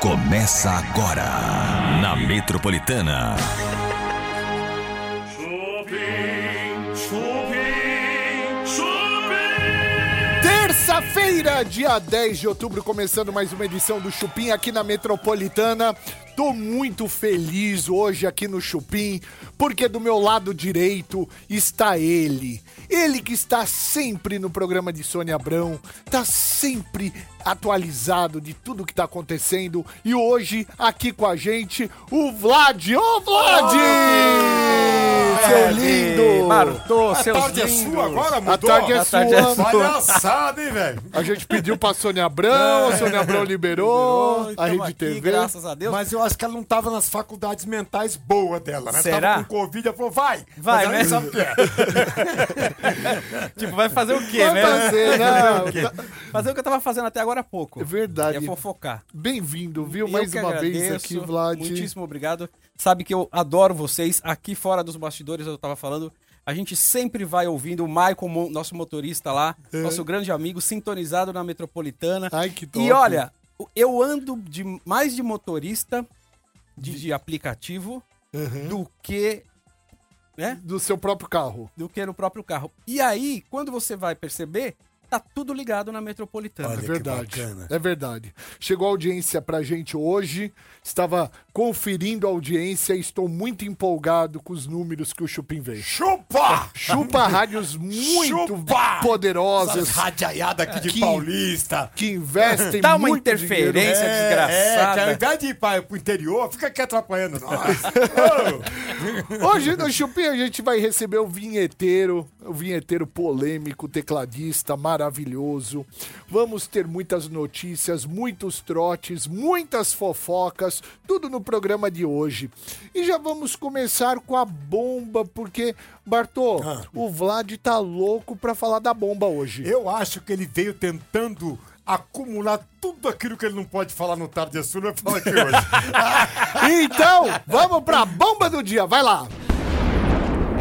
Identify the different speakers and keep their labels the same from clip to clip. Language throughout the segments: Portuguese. Speaker 1: Começa agora na Metropolitana.
Speaker 2: Chupim, chupim, chupim.
Speaker 3: Terça-feira, dia 10 de outubro, começando mais uma edição do Chupim aqui na Metropolitana. Tô muito feliz hoje aqui no Chupim, porque do meu lado direito está ele. Ele que está sempre no programa de Sônia Abrão, tá sempre atualizado de tudo que tá acontecendo. E hoje, aqui com a gente, o Vlad. Ô, Vlad! Seu lindo!
Speaker 4: Martô,
Speaker 5: A
Speaker 4: seus
Speaker 5: tarde é
Speaker 4: lindos.
Speaker 5: sua agora, mudou?
Speaker 3: A tarde é
Speaker 4: A tarde é
Speaker 3: sua.
Speaker 4: sua.
Speaker 5: Palhaçada, hein, velho?
Speaker 3: A gente pediu pra Sônia Abrão, a Sônia Abrão liberou,
Speaker 5: Liberou,
Speaker 3: a
Speaker 5: tamo
Speaker 3: Rede
Speaker 5: aqui,
Speaker 3: TV.
Speaker 4: Graças a Deus.
Speaker 5: Mas eu acho que ela não tava nas faculdades mentais boas dela, né?
Speaker 4: Será?
Speaker 5: Tava com Covid, ela falou, vai!
Speaker 4: Vai,
Speaker 5: Mas ela
Speaker 4: né?
Speaker 5: não sabe o que é.
Speaker 4: tipo, vai fazer o quê,
Speaker 3: Vai
Speaker 4: né?
Speaker 3: fazer, né?
Speaker 4: Fazer o que eu tava fazendo até agora há pouco.
Speaker 3: É verdade.
Speaker 4: É fofocar.
Speaker 3: Bem-vindo, viu?
Speaker 4: Eu
Speaker 3: Mais
Speaker 4: que
Speaker 3: uma vez
Speaker 4: agradeço,
Speaker 3: aqui, Vlad.
Speaker 4: Muitíssimo obrigado. Sabe que eu adoro vocês. Aqui fora dos bastidores, eu tava falando. A gente sempre vai ouvindo o Michael, mo- nosso motorista lá,
Speaker 3: É.
Speaker 4: nosso grande amigo, sintonizado na metropolitana.
Speaker 3: Ai, que Ah, top.
Speaker 4: E olha, eu ando de mais de motorista de, de aplicativo
Speaker 3: Uhum.
Speaker 4: do que
Speaker 3: Do seu próprio carro.
Speaker 4: do que no próprio carro. E aí, quando você vai perceber, tá tudo ligado na metropolitana.
Speaker 3: É
Speaker 5: que
Speaker 3: verdade.
Speaker 5: bacana.
Speaker 3: É verdade. Chegou a audiência pra gente hoje. Estava conferindo a audiência e estou muito empolgado com os números que o Chupim veio.
Speaker 5: Chupa!
Speaker 3: Chupa rádios muito
Speaker 5: Chupa!
Speaker 3: poderosas
Speaker 5: Essas radiaiadas aqui de
Speaker 3: Aqui.
Speaker 5: Paulista.
Speaker 3: que investem
Speaker 4: Dá uma
Speaker 3: muito dinheiro.
Speaker 4: interferência desgraçada.
Speaker 5: É, que ao invés de ir pra, pro interior, fica aqui atrapalhando nós.
Speaker 3: Hoje no Chupim a gente vai receber o vinheteiro, o vinheteiro polêmico, tecladista, maravilhoso. Vamos ter muitas notícias, muitos trotes, muitas fofocas, tudo no programa de hoje. E já vamos começar com a bomba, porque, Bartô, o Vlad tá louco pra falar da bomba hoje.
Speaker 5: Eu acho que ele veio tentando acumular tudo aquilo que ele não pode falar no Tarde Sul, eu falo aqui hoje.
Speaker 3: Então, vamos pra bomba do dia, vai lá!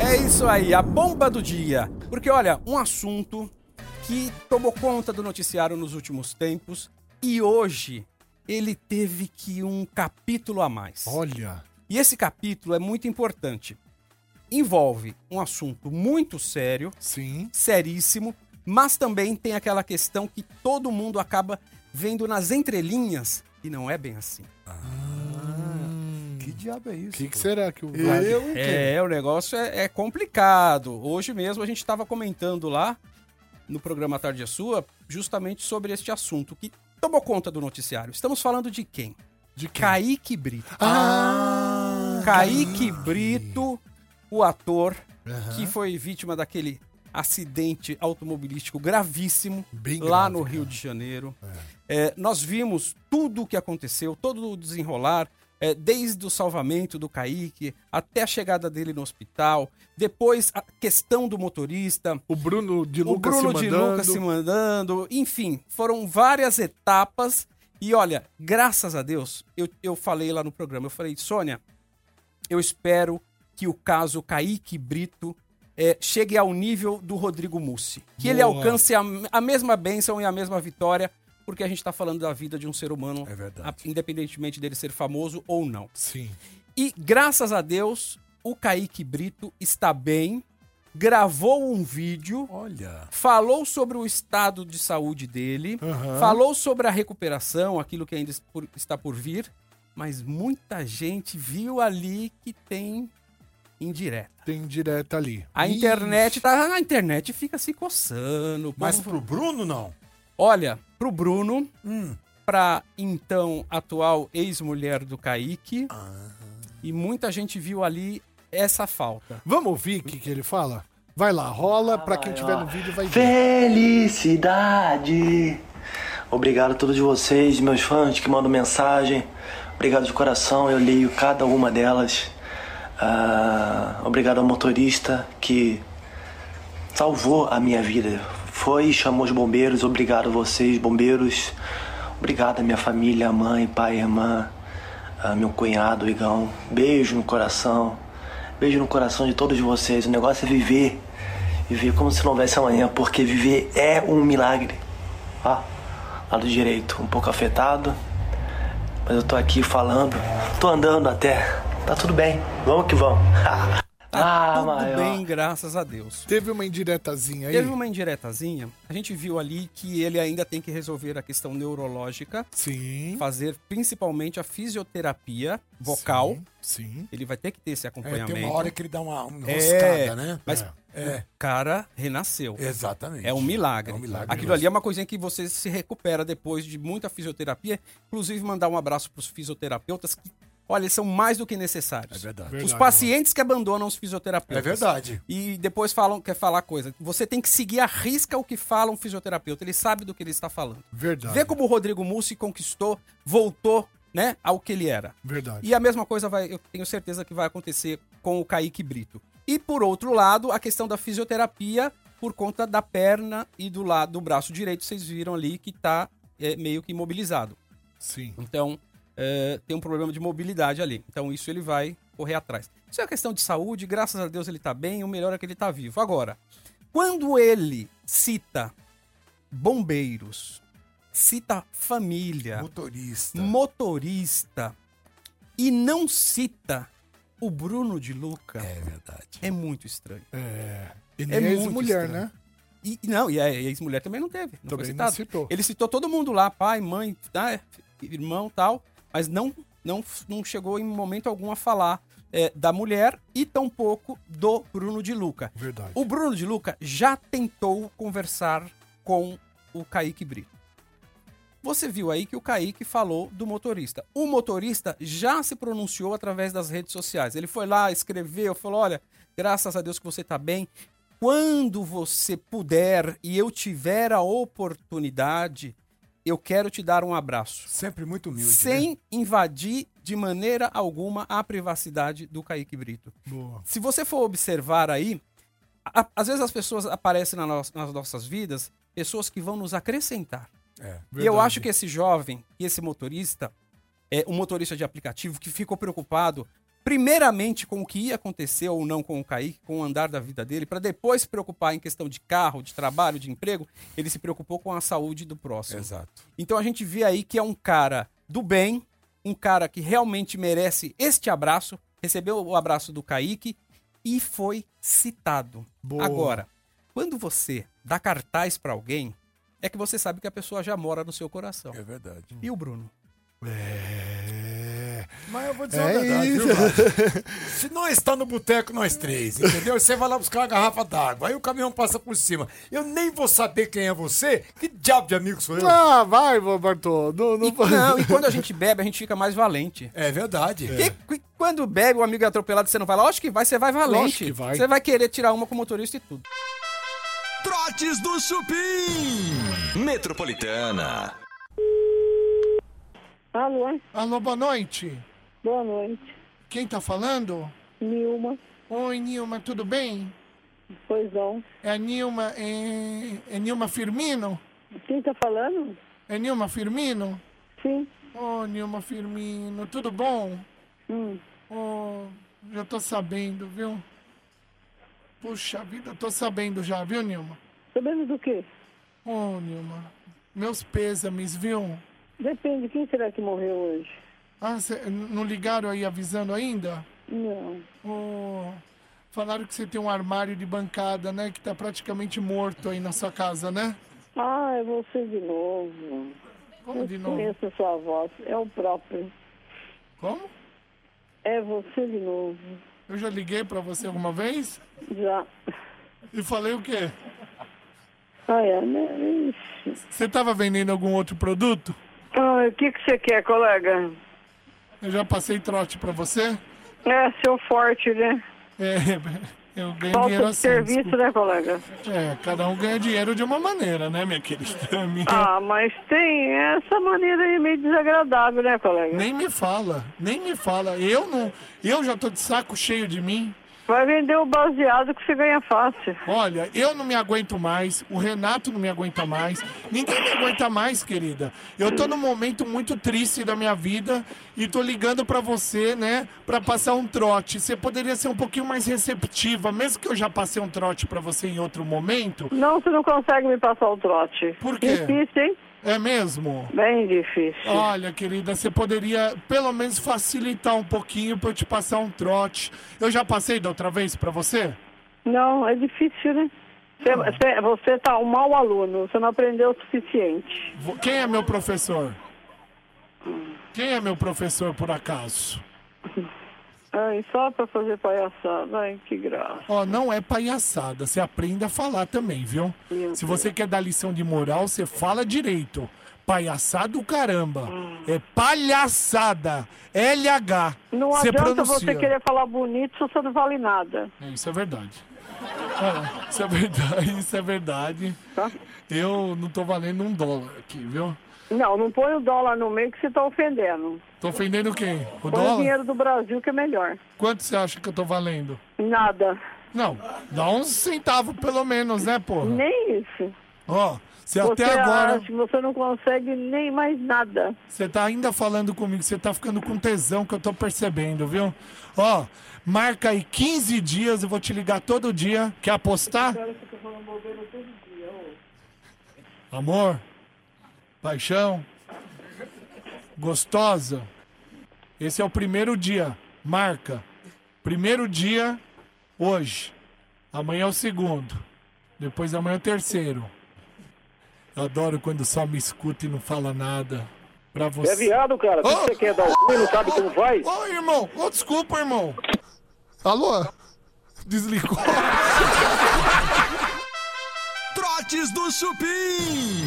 Speaker 4: É isso aí, a bomba do dia. Porque olha, um assunto que tomou conta do noticiário nos últimos tempos e hoje ele teve que um capítulo a mais.
Speaker 3: Olha,
Speaker 4: E esse capítulo é muito importante. Envolve um assunto muito sério,
Speaker 3: sim.
Speaker 4: seríssimo, mas também tem aquela questão que todo mundo acaba vendo nas entrelinhas e não é bem assim.
Speaker 5: que diabo é
Speaker 3: O
Speaker 5: isso?
Speaker 3: que, que será que o Vlad...
Speaker 5: Eu?
Speaker 4: É, o negócio é, é complicado. Hoje mesmo a gente estava comentando lá no programa Tarde é Sua justamente sobre este assunto que tomou conta do noticiário. Estamos falando de quem?
Speaker 3: De
Speaker 4: Kaique Brito.
Speaker 3: Ah!
Speaker 4: Kaique Brito, o ator que foi vítima daquele acidente automobilístico gravíssimo
Speaker 3: Bem
Speaker 4: lá
Speaker 3: grave,
Speaker 4: no Rio de Janeiro. É, nós vimos tudo o que aconteceu, todo o desenrolar, é, desde o salvamento do Kaique até a chegada dele no hospital, depois a questão do motorista,
Speaker 3: O Bruno de
Speaker 4: o
Speaker 3: Lucas
Speaker 4: Bruno
Speaker 3: se
Speaker 4: de
Speaker 3: mandando.
Speaker 4: Lucas se mandando, enfim, foram várias etapas. E olha, graças a Deus, eu, eu falei lá no programa, eu falei, Sônia, eu espero que o caso Kaique Brito eh, chegue ao nível do Rodrigo Mussi. Que ele
Speaker 3: Boa.
Speaker 4: alcance a, a mesma bênção e a mesma vitória, porque a gente está falando da vida de um ser humano,
Speaker 5: É verdade.
Speaker 4: a- independentemente dele ser famoso ou não.
Speaker 3: Sim.
Speaker 4: E graças a Deus, o Kaique Brito está bem, gravou um vídeo
Speaker 5: Olha.
Speaker 4: falou sobre o estado de saúde dele,
Speaker 3: Aham.
Speaker 4: falou sobre a recuperação, aquilo que ainda es- por- está por vir, mas muita gente viu ali que tem indireta.
Speaker 3: Tem direto ali.
Speaker 4: A internet tá, a internet fica se coçando. o
Speaker 5: Mas
Speaker 4: povo-
Speaker 5: pro Bruno, não.
Speaker 4: Olha, pro Bruno,
Speaker 5: Hum.
Speaker 4: pra então atual ex-mulher do Kaique,
Speaker 6: Ah.
Speaker 4: e muita gente viu ali essa falta.
Speaker 3: Vamos ouvir o que, que ele fala? Vai lá, rola. Pra quem tiver no vídeo vai ver.
Speaker 7: Felicidade! Obrigado a todos vocês, meus fãs que mandam mensagem. Obrigado de coração, eu leio cada uma delas. Ah, obrigado ao motorista que salvou a minha vida. Foi e chamou os bombeiros. Obrigado a vocês, bombeiros. Obrigado à minha família, mãe, pai, irmã, a meu cunhado, Igão. Beijo no coração. Beijo no coração de todos vocês. O negócio é viver. Viver como se não houvesse amanhã, porque viver é um milagre. Ó, lado direito um pouco afetado, Mas eu tô aqui falando, tô andando até. Tá tudo bem, vamos que vamos.
Speaker 4: Tá
Speaker 7: ah,
Speaker 4: tudo
Speaker 7: maior.
Speaker 4: bem, graças a Deus.
Speaker 3: Teve uma indiretazinha aí.
Speaker 4: Teve uma indiretazinha, a gente viu ali que ele ainda tem que resolver a questão neurológica,
Speaker 3: Sim.
Speaker 4: fazer principalmente a fisioterapia vocal.
Speaker 3: Sim.
Speaker 4: Ele vai ter que ter esse
Speaker 6: É,
Speaker 4: acompanhamento.
Speaker 6: tem uma hora que ele dá uma uma
Speaker 4: É,
Speaker 6: enroscada, né?
Speaker 4: Mas
Speaker 6: É,
Speaker 4: o cara renasceu.
Speaker 6: exatamente.
Speaker 4: É um milagre.
Speaker 6: É um milagre.
Speaker 4: Aquilo ali é uma coisinha que você se recupera depois de muita fisioterapia. Inclusive, mandar um abraço para os fisioterapeutas que, olha, eles são mais do que necessários.
Speaker 6: É verdade.
Speaker 4: Os pacientes que abandonam os fisioterapeutas.
Speaker 6: É verdade.
Speaker 4: E depois falam, quer falar coisa. Você tem que seguir a risca o que fala um fisioterapeuta. Ele sabe do que ele está falando.
Speaker 6: Tá.
Speaker 3: Verdade.
Speaker 4: Vê como o Rodrigo Mussi conquistou, voltou, né, ao que ele era.
Speaker 3: Verdade.
Speaker 4: E a mesma coisa vai, eu tenho certeza que vai acontecer com o Kaique Brito. E por outro lado, a questão da fisioterapia por conta da perna e do lado do braço direito, vocês viram ali que tá é, meio que imobilizado.
Speaker 3: Sim.
Speaker 4: Então, é, tem um problema de mobilidade ali. Então, isso ele vai correr atrás. Isso é uma questão de saúde, graças a Deus ele tá bem, o melhor é que ele tá vivo. Agora, quando ele cita bombeiros, cita família,
Speaker 6: Motorista.
Speaker 4: motorista e não cita o Bruno de Luca
Speaker 6: É verdade.
Speaker 4: é, muito estranho.
Speaker 3: E
Speaker 4: É
Speaker 3: nem
Speaker 4: muito
Speaker 3: mulher,
Speaker 4: estranho.
Speaker 3: né?
Speaker 4: E e não, e a ex-mulher também não teve. Não
Speaker 3: Também
Speaker 4: foi
Speaker 3: não
Speaker 4: citado.
Speaker 3: citou.
Speaker 4: Ele citou todo mundo lá, pai, mãe, tá, irmão tal, mas não, não, não chegou em momento algum a falar é, da mulher e tampouco do Bruno de Luca.
Speaker 3: Verdade.
Speaker 4: O Bruno de Luca já tentou conversar com o Kaique Brito. Você viu aí que o Kaique falou do motorista. O motorista já se pronunciou através das redes sociais. Ele foi lá, escreveu, falou: olha, graças a Deus que você está bem. Quando você puder e eu tiver a oportunidade, eu quero te dar um abraço.
Speaker 6: Sempre muito humilde. né?
Speaker 4: Sem invadir de maneira alguma a privacidade do Kaique Brito.
Speaker 3: Boa.
Speaker 4: Se você for observar aí, a- às vezes as pessoas aparecem na nos- nas nossas vidas, pessoas que vão nos acrescentar.
Speaker 6: É.
Speaker 4: E eu acho que esse jovem e esse motorista, é um motorista de aplicativo que ficou preocupado primeiramente com o que ia acontecer ou não com o Kaique, com o andar da vida dele, para depois se preocupar em questão de carro, de trabalho, de emprego, ele se preocupou com a saúde do próximo.
Speaker 6: Exato.
Speaker 4: Então a gente vê aí que é um cara do bem, um cara que realmente merece este abraço, recebeu o abraço do Kaique e foi citado.
Speaker 3: Boa.
Speaker 4: Agora, quando você dá cartaz pra alguém, é que você sabe que a pessoa já mora no seu coração.
Speaker 6: É verdade.
Speaker 4: E o Bruno?
Speaker 3: É.
Speaker 6: Mas eu vou dizer
Speaker 3: É
Speaker 6: a verdade,
Speaker 3: isso.
Speaker 6: viu, Vasco? Se nós tá no boteco, nós três, entendeu? Você vai lá buscar uma garrafa d'água, aí o caminhão passa por cima. Eu nem vou saber quem é você. Que diabo de amigo sou eu?
Speaker 3: Ah, vai, Bartô. Não, não...
Speaker 4: E, não, e quando a gente bebe, a gente fica mais valente.
Speaker 6: É verdade.
Speaker 4: E qu- quando bebe, o amigo é atropelado, você não vai lá? Lógico que vai, você vai valente.
Speaker 3: Lógico que vai.
Speaker 4: Você vai querer tirar uma com o motorista e tudo.
Speaker 1: Trotes do Chupim. Metropolitana.
Speaker 8: Alô,
Speaker 3: Alô, boa noite.
Speaker 8: boa noite.
Speaker 3: Quem tá falando?
Speaker 8: Nilma,
Speaker 3: Oi, Nilma, tudo bem?
Speaker 8: pois não.
Speaker 3: É a Nilma, é, é Nilma Firmino?
Speaker 8: Quem tá falando?
Speaker 3: É Nilma Firmino?
Speaker 8: Sim.
Speaker 3: Ô, Nilma Firmino, tudo bom?
Speaker 8: Hum.
Speaker 3: Ô, já tô sabendo, viu? Puxa vida, tô sabendo já, viu, Nilma?
Speaker 8: Sabendo do quê?
Speaker 3: Ô, Nilma, meus pêsames, viu?
Speaker 8: Depende, quem será que morreu hoje?
Speaker 3: Ah, cê, n- não ligaram aí avisando ainda?
Speaker 8: Não.
Speaker 3: Ô, falaram que você tem um armário de bancada, né? Que tá praticamente morto aí na sua casa, né?
Speaker 8: Ah, é você de novo.
Speaker 3: Como de novo?
Speaker 8: Conheço a sua voz, é o próprio.
Speaker 3: Como?
Speaker 8: É você de novo.
Speaker 3: Eu já liguei pra você alguma vez
Speaker 8: Já.
Speaker 3: e falei o quê?
Speaker 8: Ai, é, né? Ixi.
Speaker 3: Você tava vendendo algum outro produto?
Speaker 8: Ai, o que que você quer, colega?
Speaker 3: Eu já passei trote pra você.
Speaker 8: É, seu forte, né?
Speaker 3: É, eu ganho dinheiro
Speaker 8: Falta de
Speaker 3: assim.
Speaker 8: serviço, né, colega?
Speaker 3: desculpa. É, cada um ganha dinheiro de uma maneira, né, minha querida? Minha-
Speaker 8: Ah, mas tem essa maneira aí meio desagradável, né, colega?
Speaker 3: Nem me fala, nem me fala. Eu não, eu já tô de saco cheio de mim.
Speaker 8: Vai vender o baseado que você ganha fácil.
Speaker 3: Olha, eu não me aguento mais, o Renato não me aguenta mais, ninguém me aguenta mais, querida. Eu tô num momento muito triste da minha vida e tô ligando pra você, né, Pra passar um trote. Você poderia ser um pouquinho mais receptiva, mesmo que eu já passei um trote pra você em outro momento.
Speaker 8: Não, você não consegue me passar o trote.
Speaker 3: Por quê? Ah.
Speaker 8: Difícil, hein?
Speaker 9: É mesmo?
Speaker 8: Bem difícil.
Speaker 9: Olha, querida, você poderia pelo menos facilitar um pouquinho pra eu te passar um trote. Eu já passei da outra vez pra você?
Speaker 8: Não, é difícil, né? Você,
Speaker 3: Ah.
Speaker 8: você, você tá um mau aluno, você não aprendeu o suficiente.
Speaker 9: Vo- Quem é meu professor? Quem é meu professor, por acaso?
Speaker 8: Ai, só pra fazer palhaçada, ai, que graça.
Speaker 9: Ó, não é palhaçada, você aprende a falar também, viu?
Speaker 8: Meu
Speaker 9: Se
Speaker 8: Deus.
Speaker 9: você quer dar lição de moral, você fala direito. Palhaçada o caramba.
Speaker 8: Hum.
Speaker 9: É palhaçada. LH.
Speaker 8: Não
Speaker 9: Você
Speaker 8: adianta
Speaker 9: pronuncia.
Speaker 8: você querer falar bonito se você não vale nada.
Speaker 9: É, Isso é verdade. É, isso é verdade, isso é verdade.
Speaker 8: Tá?
Speaker 9: Eu não tô valendo um dólar aqui, viu?
Speaker 8: Não, não põe o dólar no meio que você tá ofendendo.
Speaker 9: Tô ofendendo quem? O
Speaker 8: Põe o
Speaker 9: dólar?
Speaker 8: dinheiro do Brasil que é melhor.
Speaker 9: Quanto você acha que eu tô valendo?
Speaker 8: Nada.
Speaker 9: Não, dá um centavo pelo menos, né, porra?
Speaker 8: Nem isso.
Speaker 9: Ó, você
Speaker 8: Você
Speaker 9: até agora,
Speaker 8: acha que você não consegue nem mais nada.
Speaker 9: você tá ainda falando comigo, você tá ficando com tesão que eu tô percebendo, viu? Ó, marca aí 15 dias, eu vou te ligar todo dia. Quer apostar? Amor? Paixão? Gostosa? Esse é o primeiro dia. Marca. Primeiro dia, hoje. Amanhã é o segundo. Depois amanhã é o terceiro. Eu adoro quando só me escuta e não fala nada. Pra você.
Speaker 10: É viado, cara. Tudo
Speaker 9: Ô!
Speaker 10: que você quer dar o cu e não sabe como faz?
Speaker 9: Ô, irmão! Ô, desculpa, irmão! Alô? Desligou.
Speaker 1: Trotes do Chupim.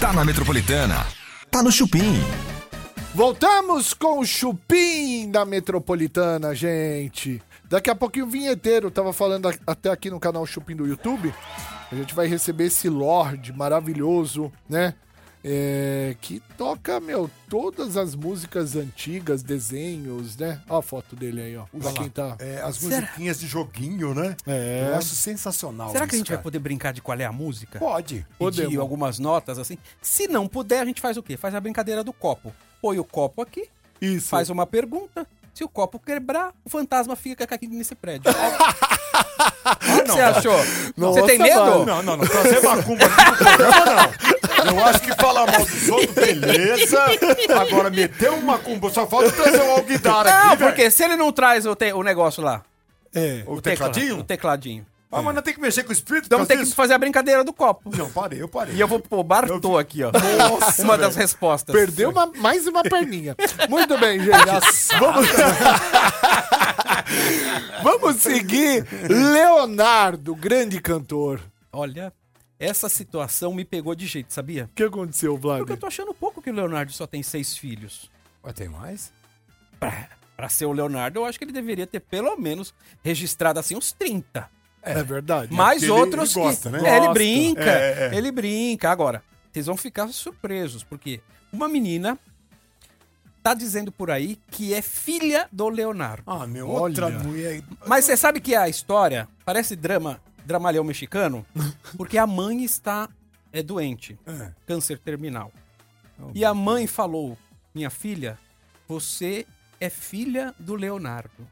Speaker 1: Tá na Metropolitana. Tá no Chupim.
Speaker 3: Voltamos com o Chupim da Metropolitana, gente. Daqui a pouquinho o vinheteiro tava falando a- até aqui no canal Chupim do YouTube. A gente vai receber esse Lorde maravilhoso, né? É, que toca, meu, todas as músicas antigas, desenhos, né? Ó a foto dele aí, ó. Pra quem tá.
Speaker 5: É, as
Speaker 4: Será?
Speaker 5: musiquinhas de joguinho, né? É. Eu acho sensacional.
Speaker 4: Será que a
Speaker 5: isso,
Speaker 4: gente vai
Speaker 5: cara.
Speaker 4: poder brincar de qual é a música?
Speaker 5: Pode.
Speaker 4: Podemos. De algumas notas, assim? Se não puder, a gente faz o quê? Faz a brincadeira do copo. Põe o copo aqui,
Speaker 3: Isso.
Speaker 4: faz uma pergunta. Se o copo quebrar, o fantasma fica aqui nesse prédio. Ah, O que você achou? você tem medo?
Speaker 5: Não, não, não. Fazer macumba aqui no programa, não. Eu acho que falar mal dos outros, beleza. Agora, meter uma macumba, só falta trazer um alguidar aqui,
Speaker 4: Não,
Speaker 5: velho.
Speaker 4: porque se ele não traz o, te- o negócio lá,
Speaker 5: O
Speaker 4: tecla- o
Speaker 5: tecladinho?
Speaker 4: tecladinho,
Speaker 5: Ah, mas não tem que mexer com o espírito?
Speaker 4: então
Speaker 5: Não
Speaker 4: tem que fazer a brincadeira do copo.
Speaker 5: Não, parei, eu parei.
Speaker 4: E eu vou pôr Bartô aqui, ó.
Speaker 5: Nossa,
Speaker 4: uma das respostas.
Speaker 3: Perdeu uma- mais uma perninha. Muito bem, gente. Vamos... Vamos seguir Leonardo, grande cantor.
Speaker 4: Olha, essa situação me pegou de jeito, sabia?
Speaker 3: O que aconteceu,
Speaker 4: Porque eu
Speaker 3: Vlad?
Speaker 4: tô achando pouco que o Leonardo só tem seis filhos.
Speaker 5: Ué, tem mais?
Speaker 4: Pra ser o Leonardo, eu acho que ele deveria ter pelo menos registrado assim uns 30.
Speaker 3: É, verdade.
Speaker 4: Mais
Speaker 5: ele-
Speaker 4: outros
Speaker 5: ele gosta,
Speaker 4: que...
Speaker 5: né?
Speaker 4: É, ele
Speaker 5: Gosta.
Speaker 4: brinca,
Speaker 5: É, é.
Speaker 4: ele brinca. Agora, vocês vão ficar surpresos, porque uma menina tá dizendo por aí que é filha do Leonardo.
Speaker 5: Ah, meu,
Speaker 3: outra
Speaker 5: outra mulher.
Speaker 4: Mas você sabe que a história parece drama, dramalhão mexicano, porque a mãe está é doente, câncer terminal.
Speaker 5: Oh,
Speaker 4: E a mãe falou: "Minha filha, você é filha do Leonardo".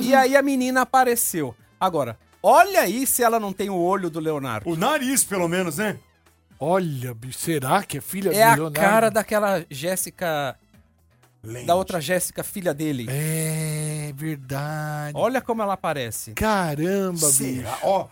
Speaker 4: E aí a menina apareceu. Agora, olha aí se ela não tem o olho do Leonardo.
Speaker 5: O nariz, pelo menos, né?
Speaker 3: Olha, bicho, será que é filha
Speaker 4: É a
Speaker 3: Leonardo?
Speaker 4: cara daquela Jéssica,
Speaker 5: Lente.
Speaker 4: da outra Jéssica, filha dele.
Speaker 3: É verdade.
Speaker 4: Olha como ela aparece.
Speaker 3: Caramba, bicho.
Speaker 5: Será? Ó,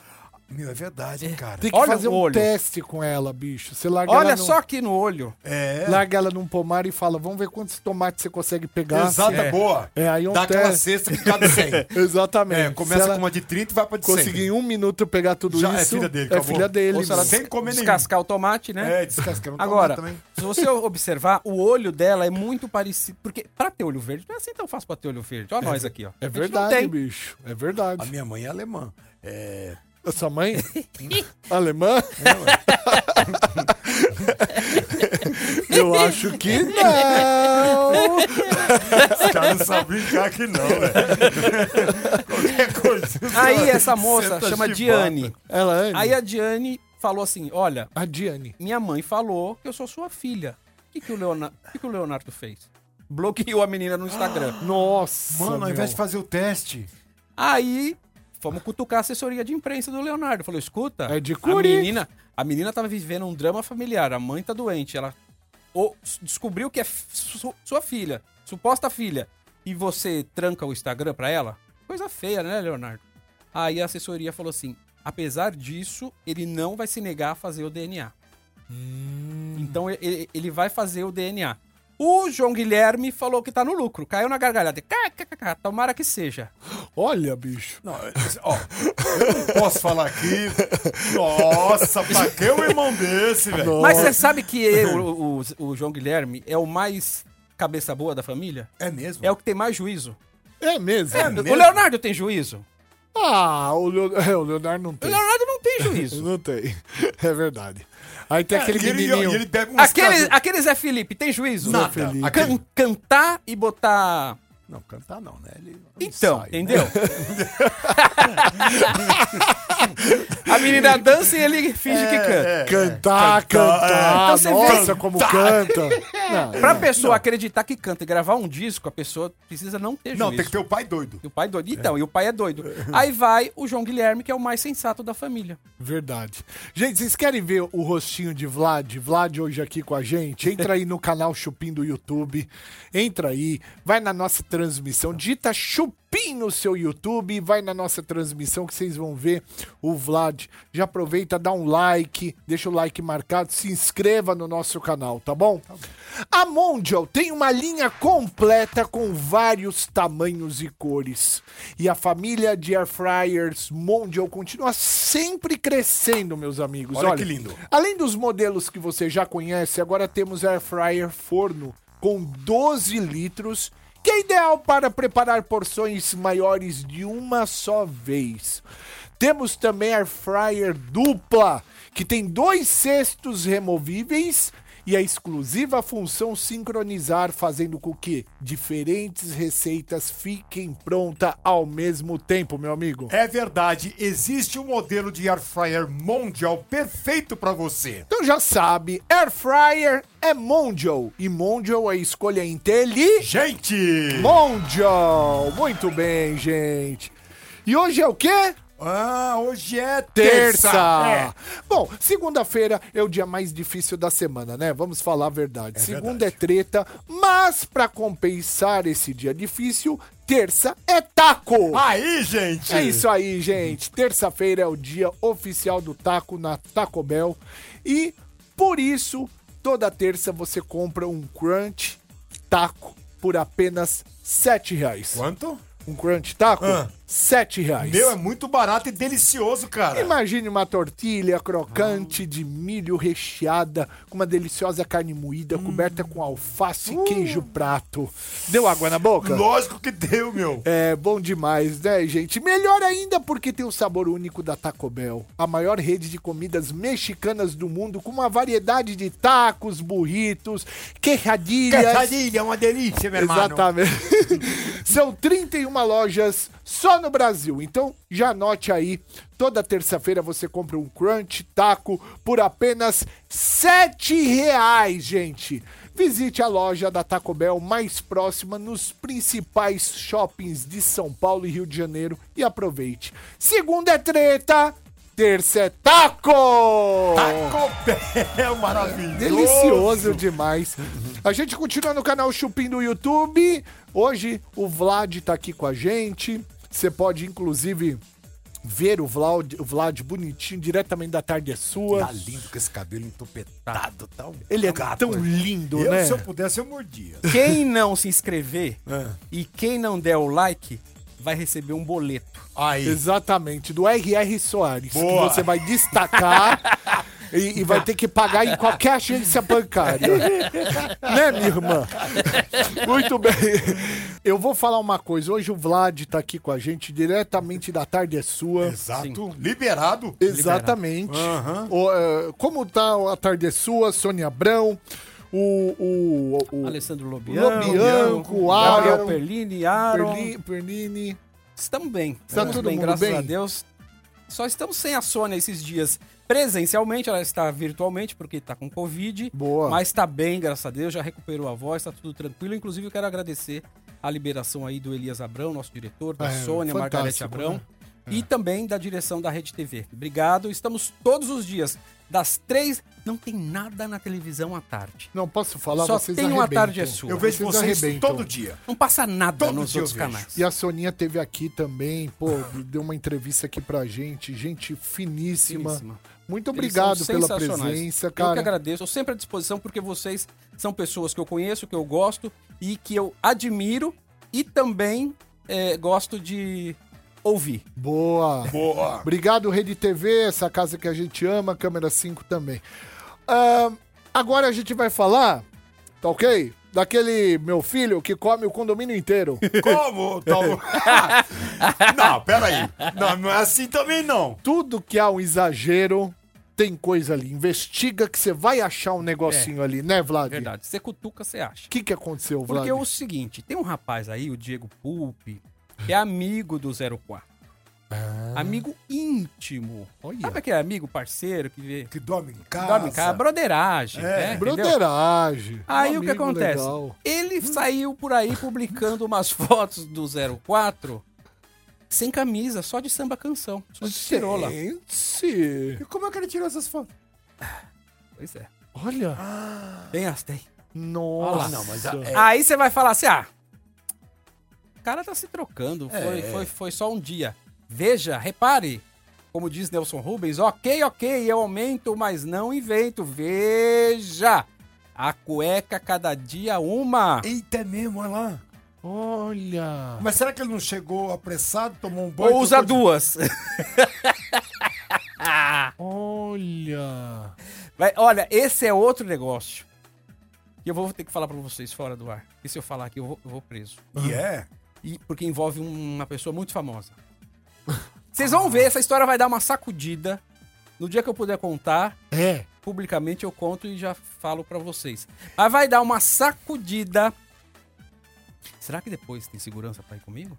Speaker 5: meu, é verdade, cara.
Speaker 3: Tem que
Speaker 4: Olha
Speaker 3: fazer
Speaker 4: o
Speaker 3: um
Speaker 4: olho.
Speaker 3: teste com ela, bicho. Você larga
Speaker 4: Olha
Speaker 3: ela num-
Speaker 4: só aqui no olho.
Speaker 5: É,
Speaker 3: Larga ela num pomar e fala, vamos ver quantos tomates você consegue pegar.
Speaker 5: exata,
Speaker 3: É.
Speaker 5: boa.
Speaker 3: É, aí um
Speaker 5: Dá aquela
Speaker 3: teste.
Speaker 5: cesta que cabe 100.
Speaker 3: Exatamente.
Speaker 5: É, começa
Speaker 3: Se ela
Speaker 5: com uma de 30 e vai pra de 100.
Speaker 3: Conseguir em um minuto pegar tudo
Speaker 5: Já é
Speaker 3: isso.
Speaker 5: filha dele,
Speaker 3: É
Speaker 5: acabou.
Speaker 3: filha dele.
Speaker 5: Ou se ela
Speaker 3: mano.
Speaker 5: Sem comer nenhum.
Speaker 4: Descascar o tomate, né?
Speaker 5: É, descascando
Speaker 4: Agora,
Speaker 5: também.
Speaker 4: se você observar, o olho dela é muito parecido. Porque pra ter olho verde, não é assim tão fácil pra ter olho verde. Ó, nós aqui, ó.
Speaker 3: É
Speaker 4: A gente
Speaker 3: verdade,
Speaker 4: Não tem.
Speaker 3: bicho. É
Speaker 5: A
Speaker 3: verdade.
Speaker 5: minha mãe é alemã. É.
Speaker 3: A sua mãe? Alemã? Eu acho que não.
Speaker 5: Os
Speaker 3: tá
Speaker 5: caras não sabem brincar aqui, não,
Speaker 3: né?
Speaker 5: velho. Qualquer coisa.
Speaker 4: Aí essa moça
Speaker 5: Senta
Speaker 4: chama
Speaker 5: chibata.
Speaker 4: Diane.
Speaker 3: Ela é.
Speaker 4: Aí a Diane falou assim: olha,
Speaker 3: A Diane.
Speaker 4: minha mãe falou que eu sou sua filha. O que, que, o, Leonardo, o, que que o Leonardo fez? Bloqueou a menina no Instagram.
Speaker 3: Nossa.
Speaker 5: Mano, ao
Speaker 3: meu.
Speaker 5: invés de fazer o teste.
Speaker 4: Aí fomos cutucar a assessoria de imprensa do Leonardo. Falou, escuta,
Speaker 3: É de
Speaker 4: a
Speaker 3: Curi.
Speaker 4: menina, a menina tava vivendo um drama familiar, a mãe tá doente, ela o- descobriu que é su- sua filha, suposta filha, e você tranca o Instagram pra ela? Coisa feia, né, Leonardo? Aí a assessoria falou assim: apesar disso, ele não vai se negar a fazer o DNA.
Speaker 3: Hum.
Speaker 4: Então e- e- ele vai fazer o DNA. O João Guilherme falou que tá no lucro, caiu na gargalhada. KKKK, tomara que seja.
Speaker 3: Olha, bicho.
Speaker 5: Não, ó, eu não um posso falar aqui. Nossa, pra que um irmão desse, velho?
Speaker 4: Mas você sabe que eu, o, o- o João Guilherme é o mais cabeça boa da família?
Speaker 5: É mesmo?
Speaker 4: É o que tem mais juízo.
Speaker 3: É mesmo?
Speaker 4: O Leonardo tem juízo?
Speaker 3: Ah, o, Leo- é, o Leonardo não
Speaker 4: O
Speaker 3: tem.
Speaker 4: Leonardo não tem juízo.
Speaker 3: Não tem. É verdade. Aí tem aquele
Speaker 5: E ele,
Speaker 3: menininho.
Speaker 5: e ele pega uns
Speaker 4: Aquele,
Speaker 5: casos-
Speaker 4: aquele Zé Felipe tem juízo?
Speaker 5: Nada.
Speaker 3: Felipe.
Speaker 5: Aquele-
Speaker 4: Can- cantar e botar.
Speaker 3: Não, cantar não, né? Ele não
Speaker 4: Então,
Speaker 3: sai, né?
Speaker 4: entendeu? a menina dança e ele finge
Speaker 3: É,
Speaker 4: que canta.
Speaker 3: Cantar, cantar.
Speaker 4: Então você
Speaker 3: Nossa, como canta. Não,
Speaker 5: É.
Speaker 4: Pra pessoa acreditar que canta e gravar um disco, a pessoa precisa não ter juízo.
Speaker 5: Não, tem que ter o pai doido.
Speaker 4: E o pai é doido. Então, e o pai é doido. Aí vai o João Guilherme, que é o mais sensato da família.
Speaker 3: Verdade. Gente, vocês querem ver o rostinho de Vlad? Vlad hoje aqui com a gente? Entra aí no canal Chupim do YouTube. Entra aí, vai na nossa transmissão. Dita Chupim no seu YouTube, vai na nossa transmissão que vocês vão ver o Vlad. Já aproveita, dá um like, deixa o like marcado, se inscreva no nosso canal, tá bom? A Mondial tem uma linha completa com vários tamanhos e cores. E a família de air fryers Mondial continua sempre crescendo, meus amigos.
Speaker 5: Olha que lindo.
Speaker 3: Além dos modelos que você já conhece, agora temos air fryer forno com 12 litros, que é ideal para preparar porções maiores de uma só vez. Temos também air fryer dupla, que tem dois cestos removíveis e a exclusiva função sincronizar, fazendo com que diferentes receitas fiquem prontas ao mesmo tempo, meu amigo.
Speaker 5: É verdade, existe um modelo de air fryer mundial perfeito pra você.
Speaker 3: Então já sabe, Air Fryer é Mondial. E Mondial é escolha inteligente.
Speaker 5: Gente!
Speaker 3: Mondial! Muito bem, gente. E hoje é o quê?
Speaker 5: Ah, hoje é
Speaker 3: Terça!
Speaker 5: terça. É.
Speaker 3: Bom, segunda-feira é o dia mais difícil da semana, né? Vamos falar a verdade. Segunda é treta, mas pra compensar esse dia difícil, terça é taco!
Speaker 5: Aí, gente!
Speaker 3: É isso aí, gente. Terça-feira é o dia oficial do taco na Taco Bell. E por isso, toda terça você compra um crunch taco por apenas R$ 7 reais.
Speaker 5: Quanto?
Speaker 3: Um crunch taco? R$
Speaker 5: Ah.
Speaker 3: 7 reais.
Speaker 5: Meu, é muito barato e delicioso, cara.
Speaker 3: Imagine uma tortilha crocante de milho recheada com uma deliciosa carne moída
Speaker 5: Hum.
Speaker 3: coberta com alface
Speaker 5: Uh.
Speaker 3: e queijo prato. Deu água na boca?
Speaker 5: Lógico que deu, meu.
Speaker 3: É bom demais, né, gente? Melhor ainda porque tem o sabor único da Taco Bell, a maior rede de comidas mexicanas do mundo, com uma variedade de tacos, burritos, queijadilhas.
Speaker 5: Queijadilha, é uma delícia, meu irmão.
Speaker 3: Exatamente. São 31 lojas só no Brasil. Então já anote aí. Toda terça-feira você compra um Crunch Taco por apenas R$ 7 reais, gente. Visite a loja da Taco Bell mais próxima nos principais shoppings de São Paulo e Rio de Janeiro e aproveite. Segunda é treta, terça é taco!
Speaker 5: Taco Bell, maravilhoso.
Speaker 3: É Delicioso demais. A gente continua no canal Chupim do YouTube. Hoje o Vlad tá aqui com a gente. Você pode, inclusive, ver o Vlad, o Vlad bonitinho diretamente da tarde é sua.
Speaker 5: Tá lindo com esse cabelo entupetado, tá? um-
Speaker 3: Ele é
Speaker 5: um gato.
Speaker 3: tão lindo,
Speaker 5: Eu,
Speaker 3: né?
Speaker 5: se eu pudesse, eu mordia.
Speaker 4: Quem não se inscrever
Speaker 5: É.
Speaker 4: e quem não der o like vai receber um boleto.
Speaker 5: Aí.
Speaker 3: Exatamente, do R.R. Soares.
Speaker 5: Boa.
Speaker 3: Que você vai destacar e, e vai ter que pagar em qualquer agência bancária. né, minha irmã? Muito bem. Eu vou falar uma coisa. Hoje o Vlad tá aqui com a gente diretamente da Tarde é Sua.
Speaker 5: Exato. Liberado.
Speaker 3: Exatamente. O, eh, como tá a Tarde é Sua, Sônia Abrão, o... o, o, o
Speaker 4: Alessandro Lobianco,
Speaker 3: Lobianco,
Speaker 4: Gabriel
Speaker 3: Aaron,
Speaker 4: Perlini, Aaron.
Speaker 3: Perli- Pernini...
Speaker 4: Estamos bem.
Speaker 3: Tá
Speaker 4: estamos
Speaker 3: todo
Speaker 4: bem,
Speaker 3: mundo
Speaker 4: graças
Speaker 3: bem?
Speaker 4: a Deus. Só estamos sem a Sônia esses dias presencialmente, ela está virtualmente porque está com Covid.
Speaker 3: Boa.
Speaker 4: Mas está bem, graças a Deus, já recuperou a voz, está tudo tranquilo. Inclusive, eu quero agradecer a liberação aí do Elias Abrão, nosso diretor, da
Speaker 3: É,
Speaker 4: Sônia, Margarete
Speaker 3: fantástico,
Speaker 4: Abrão.
Speaker 3: né?
Speaker 4: e também da direção da Rede TV. Obrigado. Estamos todos os dias, das três. Não tem nada na televisão à tarde.
Speaker 3: Não, posso falar?
Speaker 4: Só
Speaker 3: vocês
Speaker 4: tem uma
Speaker 3: arrebentam.
Speaker 4: tarde é sua.
Speaker 5: Eu um vejo
Speaker 3: Vocês
Speaker 5: vocês
Speaker 3: arrebentam.
Speaker 5: todo dia.
Speaker 4: Não passa nada
Speaker 5: Todo
Speaker 4: nos
Speaker 5: dia eu
Speaker 4: outros
Speaker 5: vejo.
Speaker 4: canais.
Speaker 3: E a Soninha teve aqui também, pô, deu uma entrevista aqui pra gente. Gente finíssima.
Speaker 4: Finíssima.
Speaker 3: Muito
Speaker 4: Eles
Speaker 3: obrigado
Speaker 4: são
Speaker 3: pela
Speaker 4: sensacionais.
Speaker 3: presença,
Speaker 4: Eu que
Speaker 3: cara.
Speaker 4: agradeço. Eu sempre à disposição, porque vocês são pessoas que eu conheço, que eu gosto e que eu admiro e também eh, gosto de ouvir.
Speaker 3: Boa.
Speaker 5: Boa.
Speaker 3: Obrigado, Rede TV, essa casa que a gente ama, Câmera 5 também. Ahn, agora a gente vai falar, tá ok? Daquele meu filho que come o condomínio inteiro.
Speaker 5: Como? Tom? não, peraí. Não, não é assim também não.
Speaker 3: Tudo que há um exagero, tem coisa ali. Investiga que você vai achar um negocinho ali, né, Vlad? O
Speaker 4: É. Verdade. Você cutuca, você acha.
Speaker 3: que, que aconteceu, Vlad?
Speaker 4: Porque é o seguinte, tem um rapaz aí, o Diego Pulpe, que é amigo do 04.
Speaker 3: Ah.
Speaker 4: Amigo íntimo. Sabe aquele amigo parceiro que vê.
Speaker 6: Que dorme em casa.
Speaker 4: Dorme em casa, broderagem. né, entendeu?
Speaker 3: É, Broderagem.
Speaker 4: Aí
Speaker 3: Um
Speaker 4: o que
Speaker 3: amigo
Speaker 4: acontece?
Speaker 3: legal.
Speaker 4: Ele saiu por aí publicando umas fotos do 04 sem camisa, só de samba canção, só de cirola.
Speaker 3: Gente!
Speaker 6: E como é que ele tirou essas fotos?
Speaker 4: Pois é.
Speaker 3: Olha!
Speaker 4: Tem as tem.
Speaker 3: Nossa! É.
Speaker 6: não, mas a- é.
Speaker 4: Aí você vai falar assim: ah, o cara tá se trocando,
Speaker 3: É.
Speaker 4: foi, foi, foi só um dia. Veja, repare, como diz Nelson Rubens: ok, ok, eu aumento, mas não invento. Veja, a cueca cada dia uma.
Speaker 6: Eita, é mesmo, olha lá.
Speaker 3: Olha!
Speaker 6: Mas será que ele não chegou apressado, tomou um banho?
Speaker 4: Ou usa
Speaker 6: trocou de-
Speaker 4: duas.
Speaker 3: Olha!
Speaker 4: Vai- olha, esse é outro negócio. E eu vou ter que falar pra vocês fora do ar. E se eu falar aqui, eu vou, eu vou preso.
Speaker 6: E é?
Speaker 4: E, porque envolve um- uma pessoa muito famosa. Vocês
Speaker 3: Ah.
Speaker 4: vão ver, essa história vai dar uma sacudida. No dia que eu puder contar,
Speaker 3: É!
Speaker 4: publicamente eu conto e já falo pra vocês. Mas vai dar uma sacudida. Será que depois tem segurança pra ir comigo?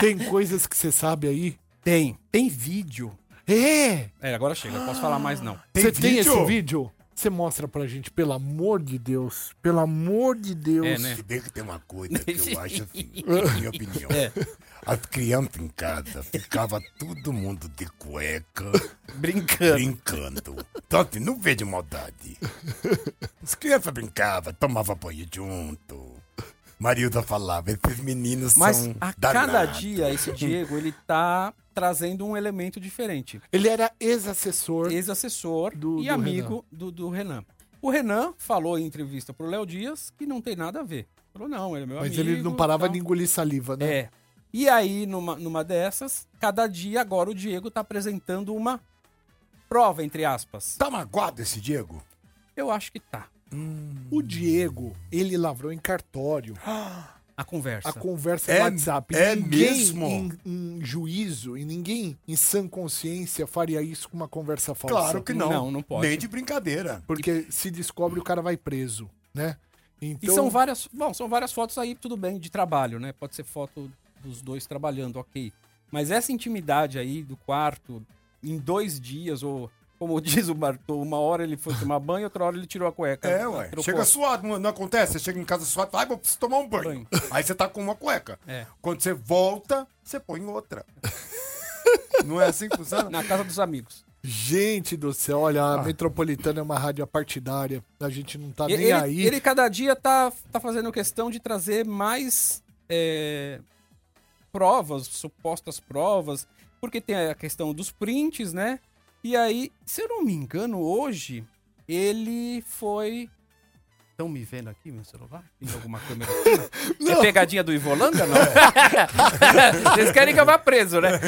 Speaker 3: Tem coisas que você sabe aí?
Speaker 4: Tem. Tem vídeo.
Speaker 3: É!
Speaker 4: É, agora chega, não posso falar mais não. É,
Speaker 3: Você tem esse vídeo? Você mostra pra gente, pelo amor de Deus. Pelo amor de Deus.
Speaker 4: É, né?
Speaker 5: Se bem que tem uma coisa que eu acho assim, na minha opinião.
Speaker 4: É.
Speaker 5: As crianças em casa ficava todo mundo de cueca,
Speaker 4: Brincando.
Speaker 5: brincando. Então assim, não vejo maldade. As crianças brincavam, tomavam banho junto. Marilda falava, esses meninos
Speaker 4: Mas
Speaker 5: são
Speaker 4: a cada
Speaker 5: danados.
Speaker 4: dia esse Diego ele tá trazendo um elemento diferente.
Speaker 3: Ele era ex-assessor.
Speaker 4: Ex-assessor
Speaker 3: Do-
Speaker 4: e
Speaker 3: do
Speaker 4: amigo do, do Renan. O Renan falou em entrevista pro Léo Dias que não tem nada a ver. Falou, não, ele é meu
Speaker 3: Mas
Speaker 4: amigo.
Speaker 3: ele não parava
Speaker 4: tal.
Speaker 3: de engolir saliva, né?
Speaker 4: É. E aí, numa, numa dessas, cada dia agora o Diego tá apresentando uma prova, entre aspas.
Speaker 5: Tá magoado esse Diego?
Speaker 4: Eu acho que tá.
Speaker 3: O Diego, ele lavrou em cartório.
Speaker 4: A conversa.
Speaker 3: a conversa
Speaker 5: É-
Speaker 3: no WhatsApp.
Speaker 5: é
Speaker 3: ninguém
Speaker 5: mesmo?
Speaker 3: Em, em juízo e ninguém em sã consciência faria isso com uma conversa falsa.
Speaker 5: Claro que não.
Speaker 4: Não, não pode.
Speaker 5: Nem de brincadeira.
Speaker 3: Porque se descobre, o cara vai preso, né?
Speaker 4: E
Speaker 3: Então,
Speaker 4: são várias. Bom, são várias fotos aí, tudo bem, de trabalho, né? Pode ser foto dos dois trabalhando, ok. Mas essa intimidade aí do quarto, em dois dias, ou como diz o Bartô, uma hora ele foi tomar banho, outra hora ele tirou a cueca.
Speaker 5: É, ué.
Speaker 4: Trocou.
Speaker 5: Chega suado, não, não acontece? Você chega em casa suado, ai, vou preciso tomar um banho.
Speaker 4: Banho.
Speaker 5: Aí você tá com uma cueca.
Speaker 4: É.
Speaker 5: Quando você volta, você põe outra. não é assim que funciona?
Speaker 4: Na casa dos amigos.
Speaker 3: gente do céu, olha, a Metropolitana é uma rádio partidária. A gente não tá
Speaker 4: Ah. E-
Speaker 3: nem
Speaker 4: ele,
Speaker 3: aí.
Speaker 4: ele cada dia tá, tá fazendo questão de trazer mais é, provas, supostas provas, porque tem a questão dos prints, né? E aí, se eu não me engano, hoje ele foi. Estão me vendo aqui, meu celular? Tem alguma câmera aqui? É pegadinha do Ivolanda, não? Vocês querem que eu vá preso, né?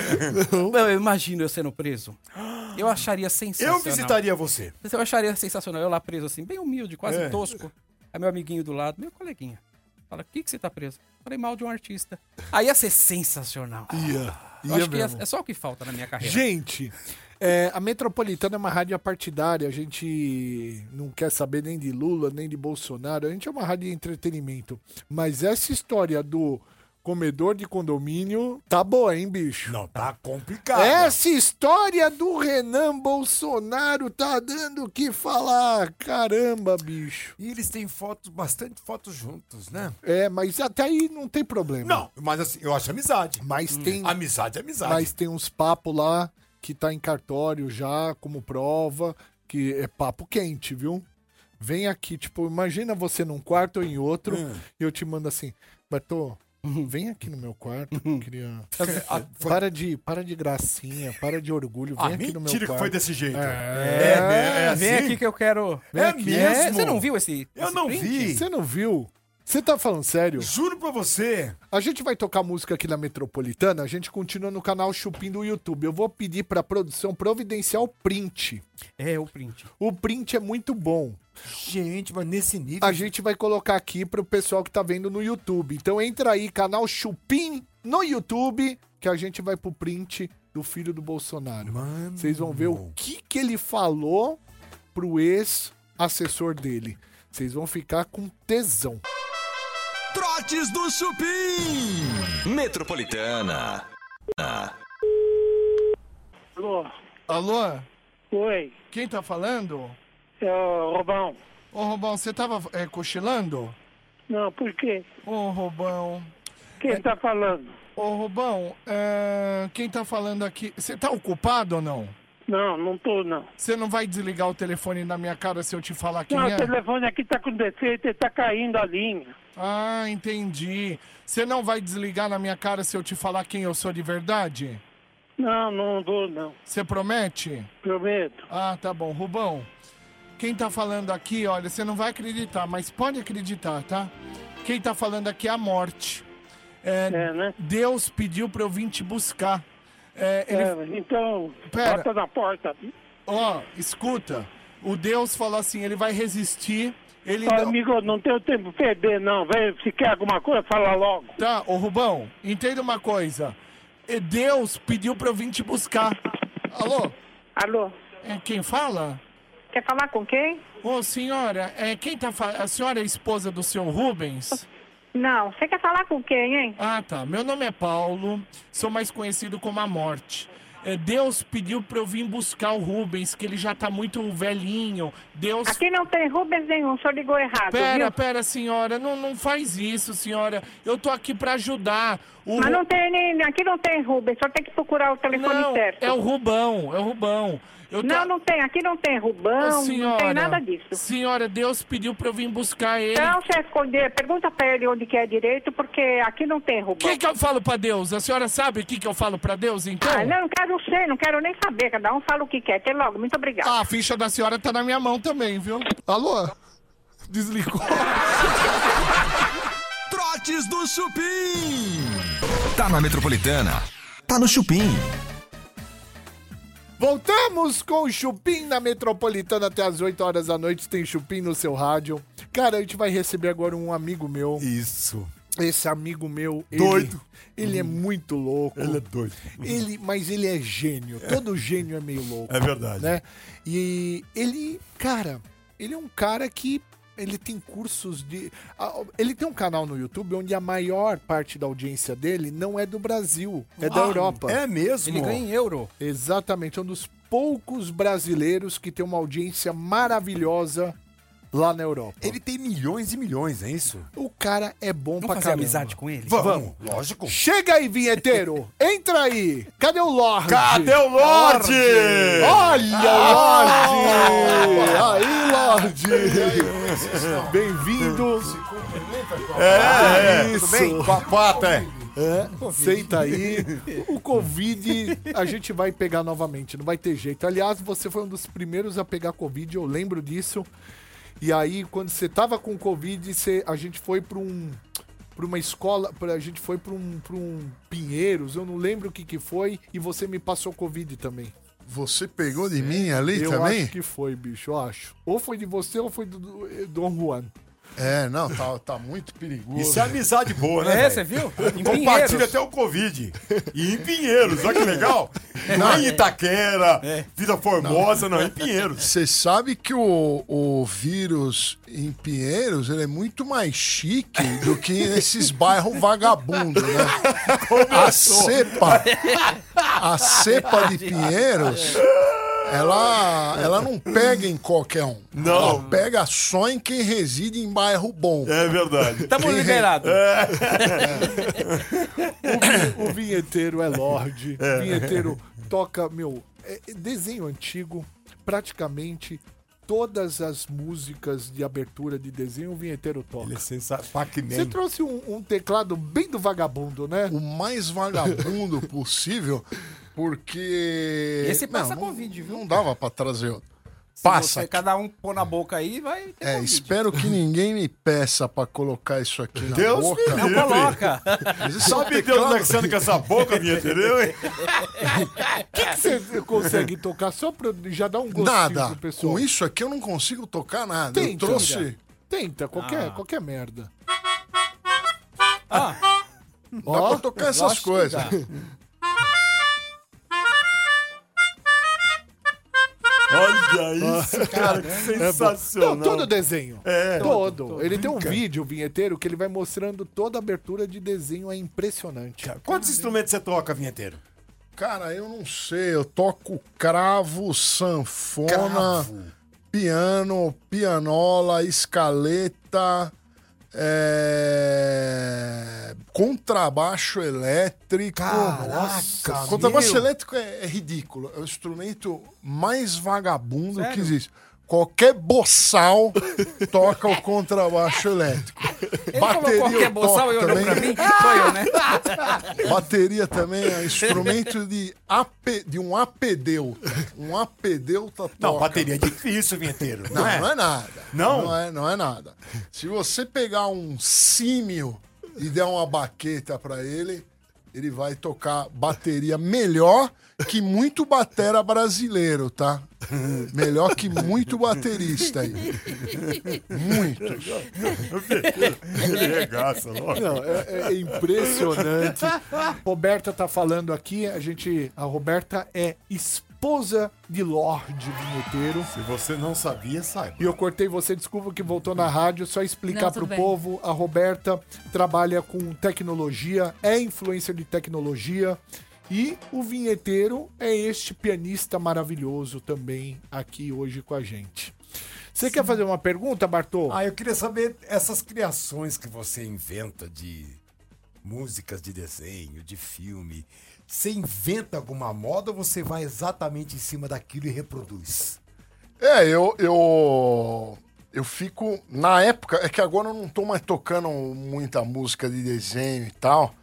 Speaker 4: Não, eu imagino eu sendo preso. Eu acharia sensacional.
Speaker 5: Eu visitaria você.
Speaker 4: Você acharia sensacional eu lá preso assim, bem humilde, quase
Speaker 11: É.
Speaker 4: tosco. Aí meu amiguinho do lado, meu coleguinha. Fala, o que, que você tá preso? Falei mal de um artista. Aí ia ser sensacional.
Speaker 3: Ia,
Speaker 4: Eu
Speaker 3: ia
Speaker 4: acho que
Speaker 3: mesmo.
Speaker 4: é, é só o que falta na minha carreira.
Speaker 3: Gente, é, a Metropolitana é uma rádio partidária. A gente não quer saber nem de Lula, nem de Bolsonaro. A gente é uma rádio de entretenimento. Mas essa história do comedor de condomínio tá boa, hein, bicho?
Speaker 11: Não,
Speaker 5: Ah.
Speaker 11: tá complicado.
Speaker 5: É?
Speaker 3: Essa história do Renan Bolsonaro tá dando o que falar. Caramba, bicho.
Speaker 11: E eles têm fotos, bastante fotos juntos, né?
Speaker 3: É, mas até aí não tem problema.
Speaker 11: Não, mas assim, eu acho amizade.
Speaker 3: Mas
Speaker 5: Hum.
Speaker 3: tem,
Speaker 11: Amizade é amizade.
Speaker 3: mas tem uns papos lá que tá em cartório já, como prova, que é papo quente, viu? Vem aqui, tipo, imagina você num quarto ou em outro,
Speaker 11: Hum.
Speaker 3: e eu te mando assim, Bartô, vem aqui no meu quarto,
Speaker 11: Hum.
Speaker 3: eu queria... Para, de, para de gracinha, para de orgulho, vem
Speaker 11: Ah,
Speaker 3: aqui no meu
Speaker 11: mentira
Speaker 3: quarto.
Speaker 11: que foi desse jeito.
Speaker 3: É.
Speaker 11: né? É
Speaker 4: Vem
Speaker 11: assim?
Speaker 4: aqui que eu quero.
Speaker 11: É mesmo?
Speaker 4: Você não viu esse?
Speaker 11: Eu
Speaker 4: esse
Speaker 11: não
Speaker 4: print?
Speaker 11: vi.
Speaker 3: Você não viu? Você tá falando sério?
Speaker 11: Juro pra você.
Speaker 3: A gente vai tocar música aqui na Metropolitana, a gente continua no canal Chupim do YouTube. Eu vou pedir pra produção providenciar o print.
Speaker 4: É, o print.
Speaker 3: O print é muito bom.
Speaker 11: Gente, mas nesse nível.
Speaker 3: A gente vai colocar aqui pro pessoal que tá vendo no YouTube. Então entra aí, canal Chupim no YouTube, que a gente vai pro print do filho do Bolsonaro.
Speaker 11: Mano.
Speaker 3: Vocês vão ver o que que ele falou pro ex-assessor dele. Vocês vão ficar com tesão.
Speaker 1: Trotes do Chupim. Metropolitana. Ah.
Speaker 12: Alô?
Speaker 5: Alô?
Speaker 12: Oi,
Speaker 5: Quem tá falando?
Speaker 12: é o Robão.
Speaker 5: Ô, Robão, você tava é, cochilando?
Speaker 12: Não, por quê?
Speaker 5: Ô, Robão.
Speaker 12: Quem tá falando?
Speaker 5: Ô, Robão, é, quem tá falando aqui... Você tá ocupado ou não?
Speaker 12: Não, não tô, não.
Speaker 5: Você não vai desligar o telefone na minha cara se eu te falar quem
Speaker 12: Não,
Speaker 5: é?
Speaker 12: o telefone aqui tá com defeito, ele tá caindo a linha.
Speaker 5: Ah, entendi. Você não vai desligar na minha cara se eu te falar quem eu sou de verdade?
Speaker 12: Não, não vou, não.
Speaker 5: Você promete?
Speaker 12: Prometo.
Speaker 5: Ah, tá bom. Rubão, quem tá falando aqui, olha, você não vai acreditar, mas pode acreditar, tá? Quem tá falando aqui é a morte. É,
Speaker 12: É, né?
Speaker 5: Deus pediu pra eu vir te buscar. É, ele,
Speaker 12: É, então,
Speaker 5: Pera.
Speaker 12: bota na porta.
Speaker 5: Ó, escuta. O Deus falou assim, ele vai resistir. Ele
Speaker 12: Ó,
Speaker 5: não...
Speaker 12: amigo, não tenho tempo pra perder, não. Vem, se quer alguma coisa, fala logo.
Speaker 5: Tá, ô Rubão, entenda uma coisa. E Deus pediu pra eu vir te buscar. Alô?
Speaker 8: Alô,
Speaker 5: É quem fala?
Speaker 8: quer falar com quem?
Speaker 5: Ô senhora, é quem tá fa... A senhora é esposa do senhor Rubens?
Speaker 8: Não, você quer falar com quem, hein?
Speaker 5: Ah, tá. Meu nome é Paulo, sou mais conhecido como a Morte. É, Deus pediu pra eu vir buscar o Rubens, que ele já tá muito velhinho. Deus.
Speaker 4: Ah,
Speaker 8: Aqui não tem Rubens nenhum, o senhor ligou errado,
Speaker 5: Pera,
Speaker 8: viu?
Speaker 5: pera, senhora, não, não faz isso, senhora. Eu tô aqui pra ajudar. O
Speaker 8: Mas
Speaker 5: Ru-
Speaker 8: não tem nem, aqui não tem Rubens, o senhor tem que procurar o telefone
Speaker 5: Não,
Speaker 8: certo.
Speaker 5: é o Rubão, é o Rubão. Eu tô-
Speaker 8: Não, não tem, aqui não tem
Speaker 5: Ô,
Speaker 8: Rubão, não tem nada disso.
Speaker 5: Senhora, Deus pediu pra eu vir buscar ele.
Speaker 8: Então, você esconder, pergunta pra ele onde que é direito, porque aqui não tem
Speaker 5: O
Speaker 8: Rubão.
Speaker 5: que, que eu falo pra Deus? A senhora sabe o que, que eu falo pra Deus, então?
Speaker 8: Ah, não, não quero ser, não quero nem saber, cada um fala o que quer. Até logo, muito obrigada.
Speaker 5: Ah, a ficha da senhora tá na minha mão também, viu?
Speaker 3: Alô? Desligou.
Speaker 1: Trotes do Chupim. Tá na Metropolitana. Tá no Chupim.
Speaker 3: Voltamos com o Chupim na Metropolitana até as 8 horas da noite. Tem Chupim no seu rádio. Cara, a gente vai receber agora um amigo meu.
Speaker 11: Isso.
Speaker 3: Esse amigo meu. ele-
Speaker 11: Doido.
Speaker 3: Ele, é muito louco.
Speaker 11: Ele é doido.
Speaker 3: Ele- mas ele é gênio. Todo gênio é meio louco.
Speaker 11: É verdade.
Speaker 3: Né? E ele, cara, ele é um cara que. Ele tem cursos de. ah, Ele tem um canal no YouTube onde a maior parte da audiência dele não é do Brasil, é da
Speaker 11: Ah,
Speaker 3: Europa.
Speaker 11: É mesmo?
Speaker 4: Ele ganha em euro.
Speaker 3: Exatamente, é um dos poucos brasileiros que tem uma audiência maravilhosa lá na Europa.
Speaker 11: Ele tem milhões e milhões, é isso?
Speaker 3: O cara é bom pra
Speaker 4: Vamos fazer
Speaker 3: caramba.
Speaker 4: amizade com ele?
Speaker 11: Vamos. Lógico.
Speaker 3: Chega aí, vinheteiro! Entra aí! Cadê o Lorde?
Speaker 11: Cadê o Lorde?
Speaker 3: Olha o Lorde! Aí, Ah, Lorde! Bem-vindo!
Speaker 11: É, é.
Speaker 3: Isso.
Speaker 11: Tudo bem? Papata, é.
Speaker 3: É, senta aí. O Covid a gente vai pegar novamente, não vai ter jeito. Aliás, você foi um dos primeiros a pegar Covid, eu lembro disso. E aí, quando você tava com Covid, você- a gente foi pra um. Pra uma escola, pra, a gente foi pra um, pra um Pinheiros, eu não lembro o que que foi, e você me passou Covid também.
Speaker 13: Você pegou de mim ali
Speaker 3: eu
Speaker 13: também?
Speaker 3: acho que foi, bicho, eu acho. Ou foi de você ou foi do, do Dom Juan. É, não, tá, tá muito perigoso.
Speaker 5: Isso é amizade boa, né?
Speaker 3: É,
Speaker 5: velho?
Speaker 3: você viu? Em
Speaker 5: Compartilha
Speaker 3: Pinheiros.
Speaker 5: até o Covid. E em Pinheiros, olha que legal. Não em Itaquera, Vida Formosa, não, em Pinheiros.
Speaker 14: Você sabe que o, o vírus em Pinheiros ele é muito mais chique do que nesses bairros vagabundos, né? A cepa, a cepa de Pinheiros, ela, ela não pega em qualquer um.
Speaker 5: Não.
Speaker 14: Ela pega só em quem reside em bairro bom.
Speaker 5: É verdade.
Speaker 14: Tamo
Speaker 3: Quem re-
Speaker 14: liberado.
Speaker 3: O, vi- o vinheteiro é Lorde. O vinheteiro toca, meu, é- é desenho antigo, praticamente. Todas as músicas de abertura de desenho, o vinheteiro toca. Ele é
Speaker 5: sensacional.
Speaker 3: Você trouxe um, um teclado bem do vagabundo, né?
Speaker 14: O mais vagabundo possível, porque.
Speaker 4: Esse passa
Speaker 14: não,
Speaker 4: Covid, viu?
Speaker 14: Não dava pra trazer outro.
Speaker 4: Se
Speaker 14: Passa.
Speaker 4: você- cada um pôr na boca aí, e vai. ter
Speaker 14: É,
Speaker 4: Covid.
Speaker 14: espero que ninguém me peça pra colocar isso aqui na
Speaker 4: Deus
Speaker 14: boca.
Speaker 4: me livre. Não coloca.
Speaker 14: Mas isso é um
Speaker 5: Sabe Deus
Speaker 14: teclado-
Speaker 5: onde é que você anda com essa boca, minha entendeu? hein?
Speaker 3: O que, que você consegue tocar só pra já dar um gostinho
Speaker 14: Nada.
Speaker 3: pro pessoal?
Speaker 14: Com isso aqui eu não consigo tocar nada.
Speaker 3: Tenta,
Speaker 14: eu trouxe.
Speaker 3: Tenta, qualquer,
Speaker 14: Ah.
Speaker 3: qualquer merda.
Speaker 14: Dá
Speaker 3: Ó,
Speaker 14: pra tocar
Speaker 3: eu
Speaker 14: essas
Speaker 3: acho que
Speaker 14: coisas.
Speaker 3: dá.
Speaker 5: Olha isso, cara, que
Speaker 3: É bom.
Speaker 5: sensacional.
Speaker 3: Não, todo desenho.
Speaker 5: É.
Speaker 3: Todo.
Speaker 5: Todo, todo.
Speaker 3: Ele tem um
Speaker 5: Nunca.
Speaker 3: vídeo, o vinheteiro, que ele vai mostrando toda a abertura de desenho. É impressionante.
Speaker 5: Quantos instrumentos você toca, vinheteiro?
Speaker 14: Cara, eu não sei. Eu toco cravo, sanfona, piano, pianola, escaleta, é, contrabaixo elétrico.
Speaker 5: Caraca,
Speaker 14: contrabaixo
Speaker 5: meu.
Speaker 14: elétrico é, é ridículo. É o instrumento mais vagabundo que
Speaker 5: Sério?
Speaker 14: existe. Qualquer boçal toca o contrabaixo elétrico.
Speaker 4: Ele falou qualquer boçal e
Speaker 14: eu
Speaker 4: olhou pra mim. Sou eu, né?
Speaker 14: Bateria também é instrumento de, AP, de um apedeuta. Um apedeuta toca.
Speaker 5: Não, bateria é difícil, vinheteiro.
Speaker 14: Não, não é, nada.
Speaker 5: Não?
Speaker 14: Não é, não é nada. Se você pegar um símio e der uma baqueta pra ele, ele vai tocar bateria melhor que muito batera brasileiro, tá? Melhor que muito baterista aí. Muitos.
Speaker 5: Regaça, lógico.
Speaker 3: Não, é, é impressionante. Roberta tá falando aqui, a gente. A Roberta é esposa de Lorde Vinheteiro.
Speaker 5: Se você não sabia, saiba.
Speaker 3: E eu cortei você, desculpa que voltou na rádio, só explicar
Speaker 15: Não, tudo
Speaker 3: pro
Speaker 15: bem.
Speaker 3: povo, a Roberta trabalha com tecnologia, é influencer de tecnologia. E o vinheteiro é este pianista maravilhoso também aqui hoje com a gente. Você quer fazer uma pergunta, Bartô?
Speaker 6: Ah, eu queria saber essas criações que você inventa de músicas de desenho, de filme. Você inventa alguma moda ou você vai exatamente em cima daquilo e reproduz?
Speaker 14: É, eu, eu. Eu fico. Na época, é que agora eu não tô mais tocando muita música de desenho e tal.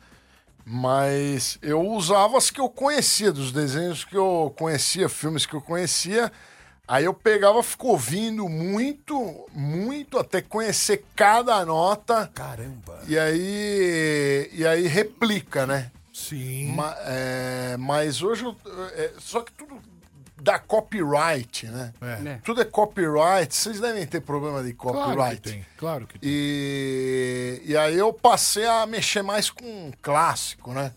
Speaker 14: Mas eu usava as que eu conhecia, dos desenhos que eu conhecia, filmes que eu conhecia. Aí eu pegava, ficou ouvindo muito, muito, até conhecer cada nota.
Speaker 6: Caramba!
Speaker 14: E aí. E aí replica, né?
Speaker 3: Sim.
Speaker 14: Ma- é, mas hoje. eu- é, só que tudo dá copyright, né?
Speaker 3: É.
Speaker 14: Tudo é copyright. Vocês devem ter problema de copyright.
Speaker 3: Claro que tem, claro que tem.
Speaker 14: E, e aí eu passei a mexer mais com clássico, né?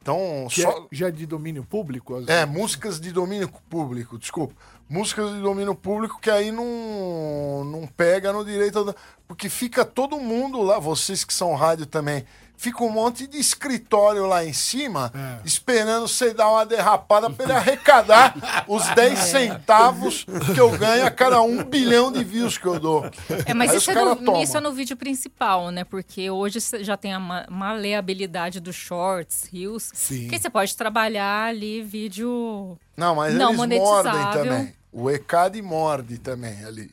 Speaker 14: Então,
Speaker 3: Que
Speaker 14: só.
Speaker 3: é já de domínio público? as-
Speaker 14: É, músicas de domínio público, desculpa. Músicas de domínio público que aí não, não pega no direito. da- Porque fica todo mundo lá, vocês que são rádio também, fica um monte de escritório lá em cima, esperando você dar uma derrapada pra ele arrecadar os 10 centavos que eu ganho a cada um bilhão de views que eu dou.
Speaker 15: É, mas
Speaker 14: Aí
Speaker 15: isso
Speaker 14: os
Speaker 15: é,
Speaker 14: cara
Speaker 15: no,
Speaker 14: toma.
Speaker 15: isso é no vídeo principal, né? Porque hoje cê já tem a ma- maleabilidade dos shorts, reels.
Speaker 14: Sim.
Speaker 15: Que você pode trabalhar ali vídeo.
Speaker 14: Não, mas
Speaker 15: Não
Speaker 14: eles mordem
Speaker 15: monetizável.
Speaker 14: também. O ECAD morde também ali.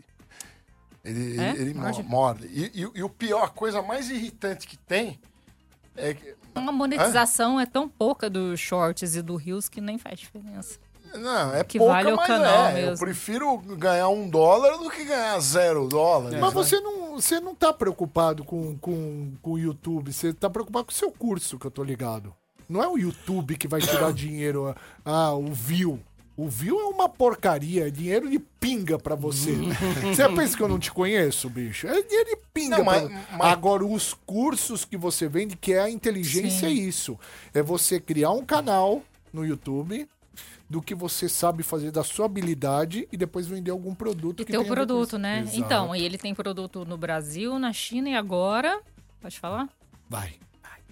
Speaker 14: Ele,
Speaker 15: É?
Speaker 14: ele mo-
Speaker 15: Morde?
Speaker 14: morde. E, e- e o pior, a coisa mais irritante que tem é que.
Speaker 15: A monetização é tão pouca dos shorts e do reels que nem faz diferença.
Speaker 14: Não, é
Speaker 15: que
Speaker 14: pouca,
Speaker 15: vale o
Speaker 14: mas
Speaker 15: canal
Speaker 14: é. Eu
Speaker 15: mesmo.
Speaker 14: prefiro ganhar um dólar do que ganhar zero dólares.
Speaker 3: Mas
Speaker 14: né?
Speaker 3: você não, você não tá preocupado com, com, com o YouTube, você tá preocupado com o seu curso, que eu tô ligado. Não é o YouTube que vai te dar dinheiro, ah, o view. O view é uma porcaria, é dinheiro de pinga pra você.
Speaker 14: Uhum.
Speaker 3: você pensa que eu não te conheço, bicho? É dinheiro de pinga.
Speaker 14: Não, mas-
Speaker 3: pra-
Speaker 14: mas-
Speaker 3: Agora, os cursos que você vende, que é a inteligência, é isso. É você criar um canal no YouTube do que você sabe fazer da sua habilidade e depois vender algum produto.
Speaker 15: E
Speaker 3: que tenha
Speaker 15: teu
Speaker 3: a ver com
Speaker 15: produto,
Speaker 3: isso.
Speaker 15: né?
Speaker 3: Exato.
Speaker 15: Então, e ele tem produto no Brasil, na China e agora. Pode falar?
Speaker 3: Vai.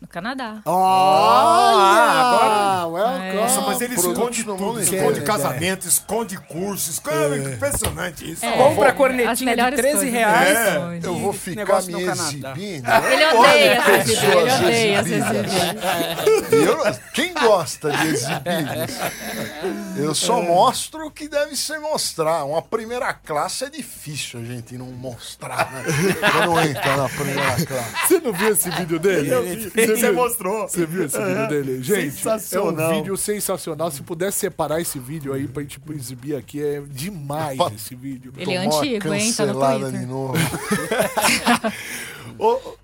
Speaker 15: No Canadá.
Speaker 3: Ah, agora- welcome.
Speaker 5: Nossa, mas ele
Speaker 3: Produtos
Speaker 5: esconde
Speaker 3: no
Speaker 5: tudo.
Speaker 3: mundo
Speaker 5: Esconde
Speaker 3: inteiro.
Speaker 5: casamento, esconde curso. Esconde... Impressionante isso.
Speaker 15: É.
Speaker 4: Compra cornetinha de
Speaker 15: melhores
Speaker 4: 13
Speaker 15: coisas.
Speaker 4: reais.
Speaker 14: É, eu vou
Speaker 4: Esse
Speaker 14: ficar
Speaker 4: negócio
Speaker 14: me
Speaker 4: no Canadá.
Speaker 14: exibindo.
Speaker 15: Ele
Speaker 14: É, Olha,
Speaker 15: odeia se
Speaker 14: pessoas
Speaker 15: exibir, ele odeia se
Speaker 14: exibidas.
Speaker 15: exibir.
Speaker 14: E eu não- quem gosta de
Speaker 3: É,
Speaker 14: exibir? Eu só mostro o que deve ser mostrar. Uma primeira classe é difícil a gente não mostrar, né? Quando entra na primeira classe.
Speaker 3: Você não viu esse vídeo dele?
Speaker 14: Eu vi.
Speaker 5: Você
Speaker 3: viu?
Speaker 5: mostrou.
Speaker 3: Você viu esse vídeo dele? Gente, é um
Speaker 5: Sensacional.
Speaker 3: vídeo sensacional. Se puder separar esse vídeo aí pra gente exibir aqui, é demais esse vídeo.
Speaker 15: Ele é antigo, hein? Tá no
Speaker 14: cancelada
Speaker 15: Twitter.
Speaker 14: de novo.
Speaker 3: Ô,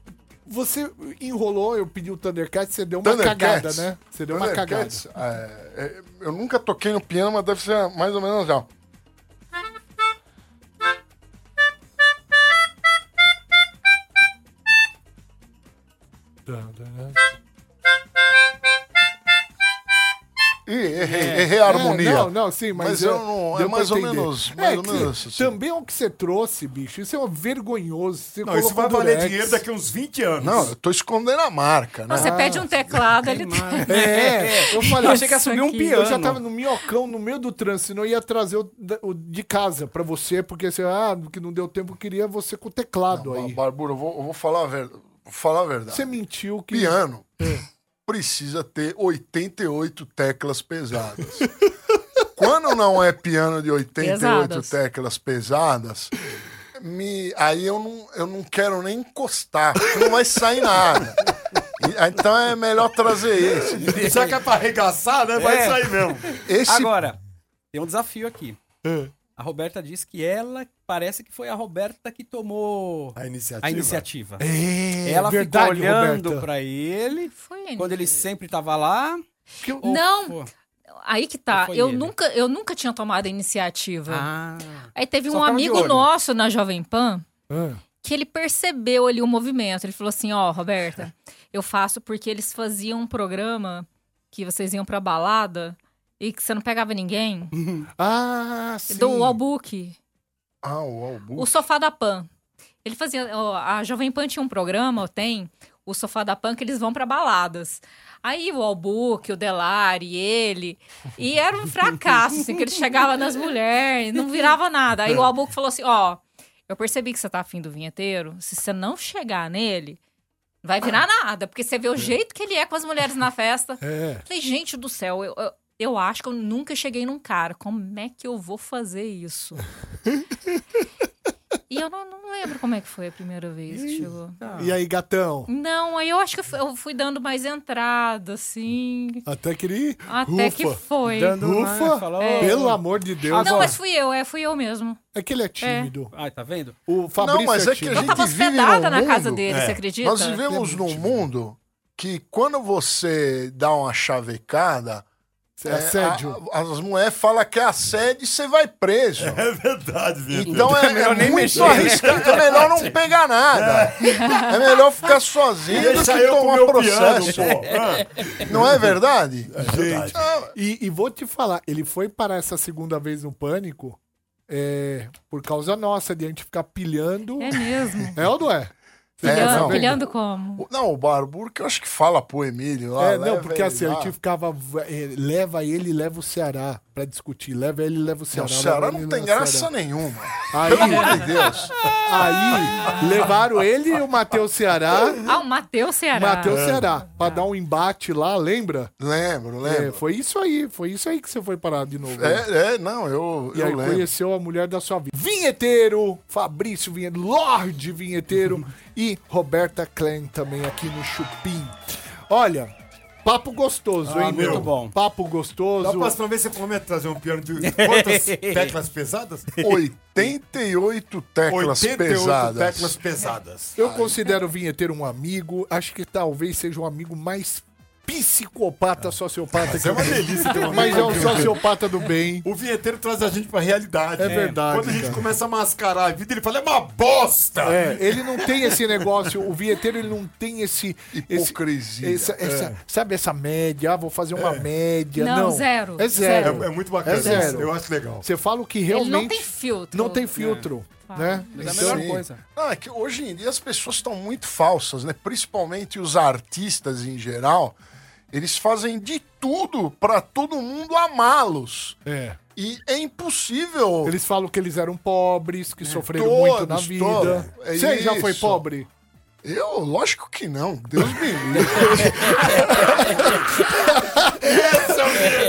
Speaker 3: você enrolou, eu pedi o Thundercats, você deu uma cagada,
Speaker 14: Thundercats.
Speaker 3: né? Você deu uma cagada.
Speaker 14: Thundercats, é, é, eu nunca toquei no piano, mas deve ser mais ou menos assim, já. Ih, errei, errei a harmonia.
Speaker 3: É, não, não, sim, mas,
Speaker 14: eu não.
Speaker 3: deu
Speaker 14: É
Speaker 3: pra
Speaker 14: mais ou
Speaker 3: entender.
Speaker 14: menos. Mais
Speaker 3: É
Speaker 14: ou
Speaker 3: que
Speaker 14: menos assim.
Speaker 3: Também é o que você trouxe, bicho. Isso é um vergonhoso. Você
Speaker 5: Não, isso
Speaker 3: colocou um
Speaker 5: vai valer
Speaker 3: durex.
Speaker 5: dinheiro daqui uns 20 anos.
Speaker 14: Não, eu tô escondendo a marca, né?
Speaker 15: Você pede um teclado, ele
Speaker 3: É, eu falei,
Speaker 4: Eu achei que ia subir um
Speaker 15: Isso aqui.
Speaker 4: piano.
Speaker 3: Eu já tava no minhocão, no meio do trânsito, não ia trazer o, da- o de casa pra você, porque você, ah, que não deu tempo, eu queria você com o teclado aí.
Speaker 14: Barbura, eu vou, eu vou falar a verdade. Vou falar a verdade.
Speaker 3: Você É. mentiu que.
Speaker 14: Piano precisa ter 88 teclas pesadas. Quando não é piano de 88
Speaker 15: Pesadas.
Speaker 14: teclas pesadas, me- aí eu não, eu não quero nem encostar, porque não vai sair nada. E- Então é melhor trazer esse.
Speaker 5: Já que é pra arregaçar, né? Vai
Speaker 4: É.
Speaker 5: sair mesmo.
Speaker 14: Esse É.
Speaker 4: Agora, tem um desafio aqui. A Roberta diz que ela parece que foi a Roberta que tomou
Speaker 5: A iniciativa.
Speaker 4: a iniciativa.
Speaker 3: É,
Speaker 4: ela
Speaker 3: verdade,
Speaker 4: ficou olhando
Speaker 3: Roberta.
Speaker 4: pra ele
Speaker 15: Foi
Speaker 4: quando ele sempre tava lá. Ou-
Speaker 15: Não,
Speaker 4: ou-
Speaker 15: aí que tá.
Speaker 4: Foi
Speaker 15: Eu
Speaker 4: ele.
Speaker 15: nunca, eu nunca tinha tomado a iniciativa.
Speaker 4: Ah.
Speaker 15: Aí teve
Speaker 4: Só
Speaker 15: um
Speaker 4: ficava de
Speaker 15: amigo
Speaker 4: olho.
Speaker 15: nosso na Jovem Pan
Speaker 3: Ah.
Speaker 15: que ele percebeu ali o movimento. Ele falou assim: Ó, Roberta, eu faço porque eles faziam um programa que vocês iam pra balada e que você não pegava ninguém.
Speaker 3: Ah, sim.
Speaker 15: Do Wallbook,
Speaker 14: Ah, o álbum.
Speaker 15: o Sofá da Pan. Ele fazia. ó, a Jovem Pan tinha um programa, tem, o Sofá da Pan, que eles vão pra baladas. Aí o Wallbook, o Delari, ele. E era um fracasso, assim, que ele chegava nas mulheres, não virava nada. Aí o Wallbook falou assim: ó, eu percebi que você tá afim do vinheteiro, se você não chegar nele. não Vai virar nada, porque você vê o jeito que ele é com as mulheres na festa.
Speaker 3: É.
Speaker 15: Falei, gente do céu, eu, eu, eu acho que eu nunca cheguei num cara. Como é que eu vou fazer isso? e eu não, não lembro como é que foi a primeira vez que chegou.
Speaker 3: Ah. E aí, gatão?
Speaker 15: Não, aí eu acho que eu fui- eu fui dando mais entrada, assim.
Speaker 3: Até que ele.
Speaker 15: Até
Speaker 3: Ufa.
Speaker 15: que né? foi.
Speaker 4: Dando uma-
Speaker 3: Ufa!
Speaker 4: falou,
Speaker 15: É.
Speaker 3: Pelo amor de Deus.
Speaker 15: Não, mas fui eu, é, fui eu mesmo.
Speaker 3: É que ele é tímido.
Speaker 4: Ai, tá vendo?
Speaker 3: O Fabrício
Speaker 14: não, mas é que a
Speaker 3: tímido.
Speaker 14: gente
Speaker 15: tava
Speaker 14: vive
Speaker 15: tá hospedada
Speaker 14: num
Speaker 15: na casa
Speaker 14: mundo- É.
Speaker 15: dele, você acredita?
Speaker 14: Nós
Speaker 5: né?
Speaker 14: vivemos num
Speaker 5: Tipo.
Speaker 14: mundo que quando você dá uma chavecada,
Speaker 3: É assédio.
Speaker 14: a- a- as mulheres falam que é assédio e você vai preso.
Speaker 5: É verdade, viu?
Speaker 14: Então é,
Speaker 4: melhor
Speaker 14: é
Speaker 4: nem
Speaker 14: muito
Speaker 4: mexer, né?
Speaker 14: arriscado. É melhor não pegar nada. É melhor ficar sozinho do
Speaker 5: Deixa
Speaker 14: que
Speaker 5: eu com
Speaker 14: tomar
Speaker 5: meu processo.
Speaker 14: processo.
Speaker 5: piano, pô. Ah,
Speaker 14: Não é verdade? Ah,
Speaker 5: verdade.
Speaker 3: E, e vou te falar, ele foi parar essa segunda vez no pânico é, por causa nossa, de a gente ficar pilhando.
Speaker 15: É mesmo.
Speaker 3: É ou não é?
Speaker 14: É,
Speaker 15: Pilhando,
Speaker 14: não.
Speaker 15: pilhando como?
Speaker 14: O- Não, o Barbur que eu acho que fala pro Emílio lá.
Speaker 3: É, não,
Speaker 14: leva
Speaker 3: porque
Speaker 14: ele
Speaker 3: assim, a
Speaker 14: lá.
Speaker 3: gente ficava. é, leva ele e leva o Ceará pra discutir. Leva ele e leva
Speaker 14: Não,
Speaker 3: o Ceará.
Speaker 14: o Ceará
Speaker 3: leva ele
Speaker 14: não
Speaker 3: e
Speaker 14: tem
Speaker 3: leva o
Speaker 14: graça
Speaker 3: Ceará.
Speaker 14: nenhuma.
Speaker 3: Aí,
Speaker 14: Pelo amor de Deus.
Speaker 3: aí levaram ele e o Matheus Ceará.
Speaker 15: Ah, o Matheus Ceará.
Speaker 3: Matheus Ceará, pra dar um embate lá, lembra?
Speaker 14: Lembro,
Speaker 3: É,
Speaker 14: lembro.
Speaker 3: foi isso aí, foi isso aí que você foi parar de novo.
Speaker 14: É, é, não, eu,
Speaker 3: E
Speaker 14: eu
Speaker 3: aí
Speaker 14: lembro.
Speaker 3: conheceu a mulher da sua vida. Vinheteiro, Fabrício Vinheteiro, Lorde Vinheteiro e Roberta Klein também aqui no Chupim. Olha, papo gostoso,
Speaker 5: Ah,
Speaker 3: hein?
Speaker 5: meu.
Speaker 3: Muito bom. Papo gostoso.
Speaker 5: Da próxima vez você promete trazer um piano de quantas teclas pesadas?
Speaker 14: 88 teclas
Speaker 5: 88
Speaker 14: pesadas.
Speaker 5: teclas pesadas.
Speaker 3: Eu considero o vinheteiro um amigo. Acho que talvez seja o amigo mais psicopata sociopata.
Speaker 5: Mas é uma delícia né? ter uma
Speaker 3: Mas é um
Speaker 5: amiga.
Speaker 3: sociopata do bem.
Speaker 5: O vinheteiro traz a gente pra realidade.
Speaker 3: É verdade,
Speaker 5: Quando a gente
Speaker 3: cara.
Speaker 5: começa a mascarar a vida, ele fala, é uma bosta!
Speaker 3: É, ele não tem esse negócio, o vinheteiro ele não tem esse... Hipocrisia. Essa, essa-
Speaker 5: É.
Speaker 3: Sabe essa média? Ah, vou fazer uma média.
Speaker 15: Não,
Speaker 3: Não,
Speaker 15: zero.
Speaker 3: É zero.
Speaker 5: É- é muito bacana
Speaker 3: É zero.
Speaker 5: isso, eu acho legal.
Speaker 3: Você fala o que
Speaker 15: Ele
Speaker 3: realmente...
Speaker 15: não tem filtro. É.
Speaker 3: Não tem filtro, né?
Speaker 14: Sim. Ah, é que hoje em dia as pessoas estão muito falsas, né? Principalmente os artistas em geral. Eles fazem de tudo pra todo mundo amá-los.
Speaker 3: É.
Speaker 14: E é impossível.
Speaker 3: Eles falam que eles eram pobres,
Speaker 5: É.
Speaker 3: que sofreram
Speaker 14: Todos,
Speaker 3: muito na vida.
Speaker 14: todos. É
Speaker 3: Você já foi
Speaker 14: isso.
Speaker 3: pobre?
Speaker 14: Eu? Lógico que não. Deus me livre.
Speaker 5: É.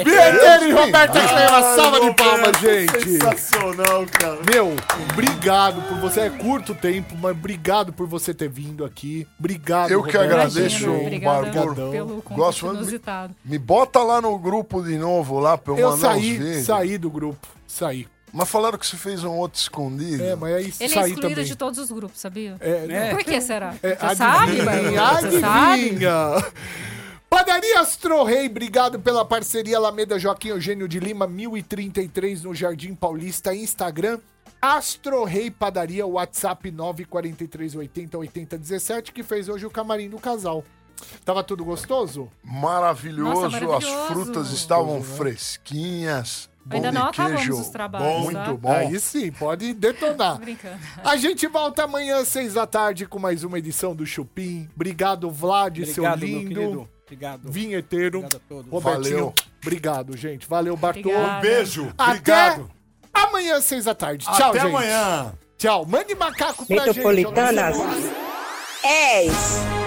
Speaker 3: Vinheteiro e Roberto
Speaker 14: Ai,
Speaker 3: Clema, salva de
Speaker 14: Roberto,
Speaker 3: palmas, gente!
Speaker 5: Sensacional, cara.
Speaker 3: Meu, obrigado por você. É curto tempo, mas obrigado por você ter vindo aqui. Obrigado.
Speaker 14: Eu que
Speaker 3: Roberto.
Speaker 14: agradeço,
Speaker 15: obrigada
Speaker 14: Barbour.
Speaker 15: pelo convite
Speaker 14: Gosto muito.
Speaker 15: inusitado.
Speaker 14: Me bota lá no grupo de novo, lá, pra eu,
Speaker 3: Eu
Speaker 14: mandar
Speaker 3: saí,
Speaker 14: uns vídeos.
Speaker 3: saí do grupo. Saí.
Speaker 14: Mas falaram que você fez um outro escondido.
Speaker 3: É, mas aí
Speaker 15: Ele é
Speaker 3: saí
Speaker 15: excluído
Speaker 3: também.
Speaker 15: de todos os grupos, sabia?
Speaker 3: É, né?
Speaker 15: Por que será?
Speaker 3: É,
Speaker 15: Você sabe, Barbosa? Você sabe?
Speaker 3: adivinha. Padaria Astrorei, obrigado pela parceria Alameda Joaquim Eugênio de Lima, 1033 no Jardim Paulista, Instagram. Astrorei Padaria, WhatsApp 943808017, que fez hoje o camarim do casal. Tava tudo gostoso?
Speaker 14: Maravilhoso,
Speaker 15: Nossa, maravilhoso.
Speaker 14: as frutas estavam
Speaker 3: Gostoso, né?
Speaker 14: fresquinhas. Bom
Speaker 15: Ainda
Speaker 14: de
Speaker 15: não acabamos
Speaker 14: queijo.
Speaker 15: os trabalhos,
Speaker 14: bom,
Speaker 15: tá?
Speaker 14: Muito bom.
Speaker 3: Aí sim, pode detonar.
Speaker 15: Brincando.
Speaker 3: A gente volta amanhã às seis da tarde com mais uma edição do Chupim. Obrigado, Vlad,
Speaker 4: Obrigado,
Speaker 3: seu
Speaker 4: meu
Speaker 3: lindo.
Speaker 4: querido. Obrigado.
Speaker 3: Vinheteiro.
Speaker 4: Obrigado a todos.
Speaker 3: Robertinho.
Speaker 14: Valeu.
Speaker 3: Obrigado, gente. Valeu, Bartô.
Speaker 15: Obrigada. Um
Speaker 5: beijo.
Speaker 3: Até
Speaker 5: Obrigado.
Speaker 3: amanhã às seis da tarde.
Speaker 5: Até
Speaker 3: Tchau, gente.
Speaker 5: amanhã.
Speaker 3: Tchau. Mande macaco pra gente.
Speaker 16: Metropolitanas
Speaker 3: eu não sei como.
Speaker 16: 10.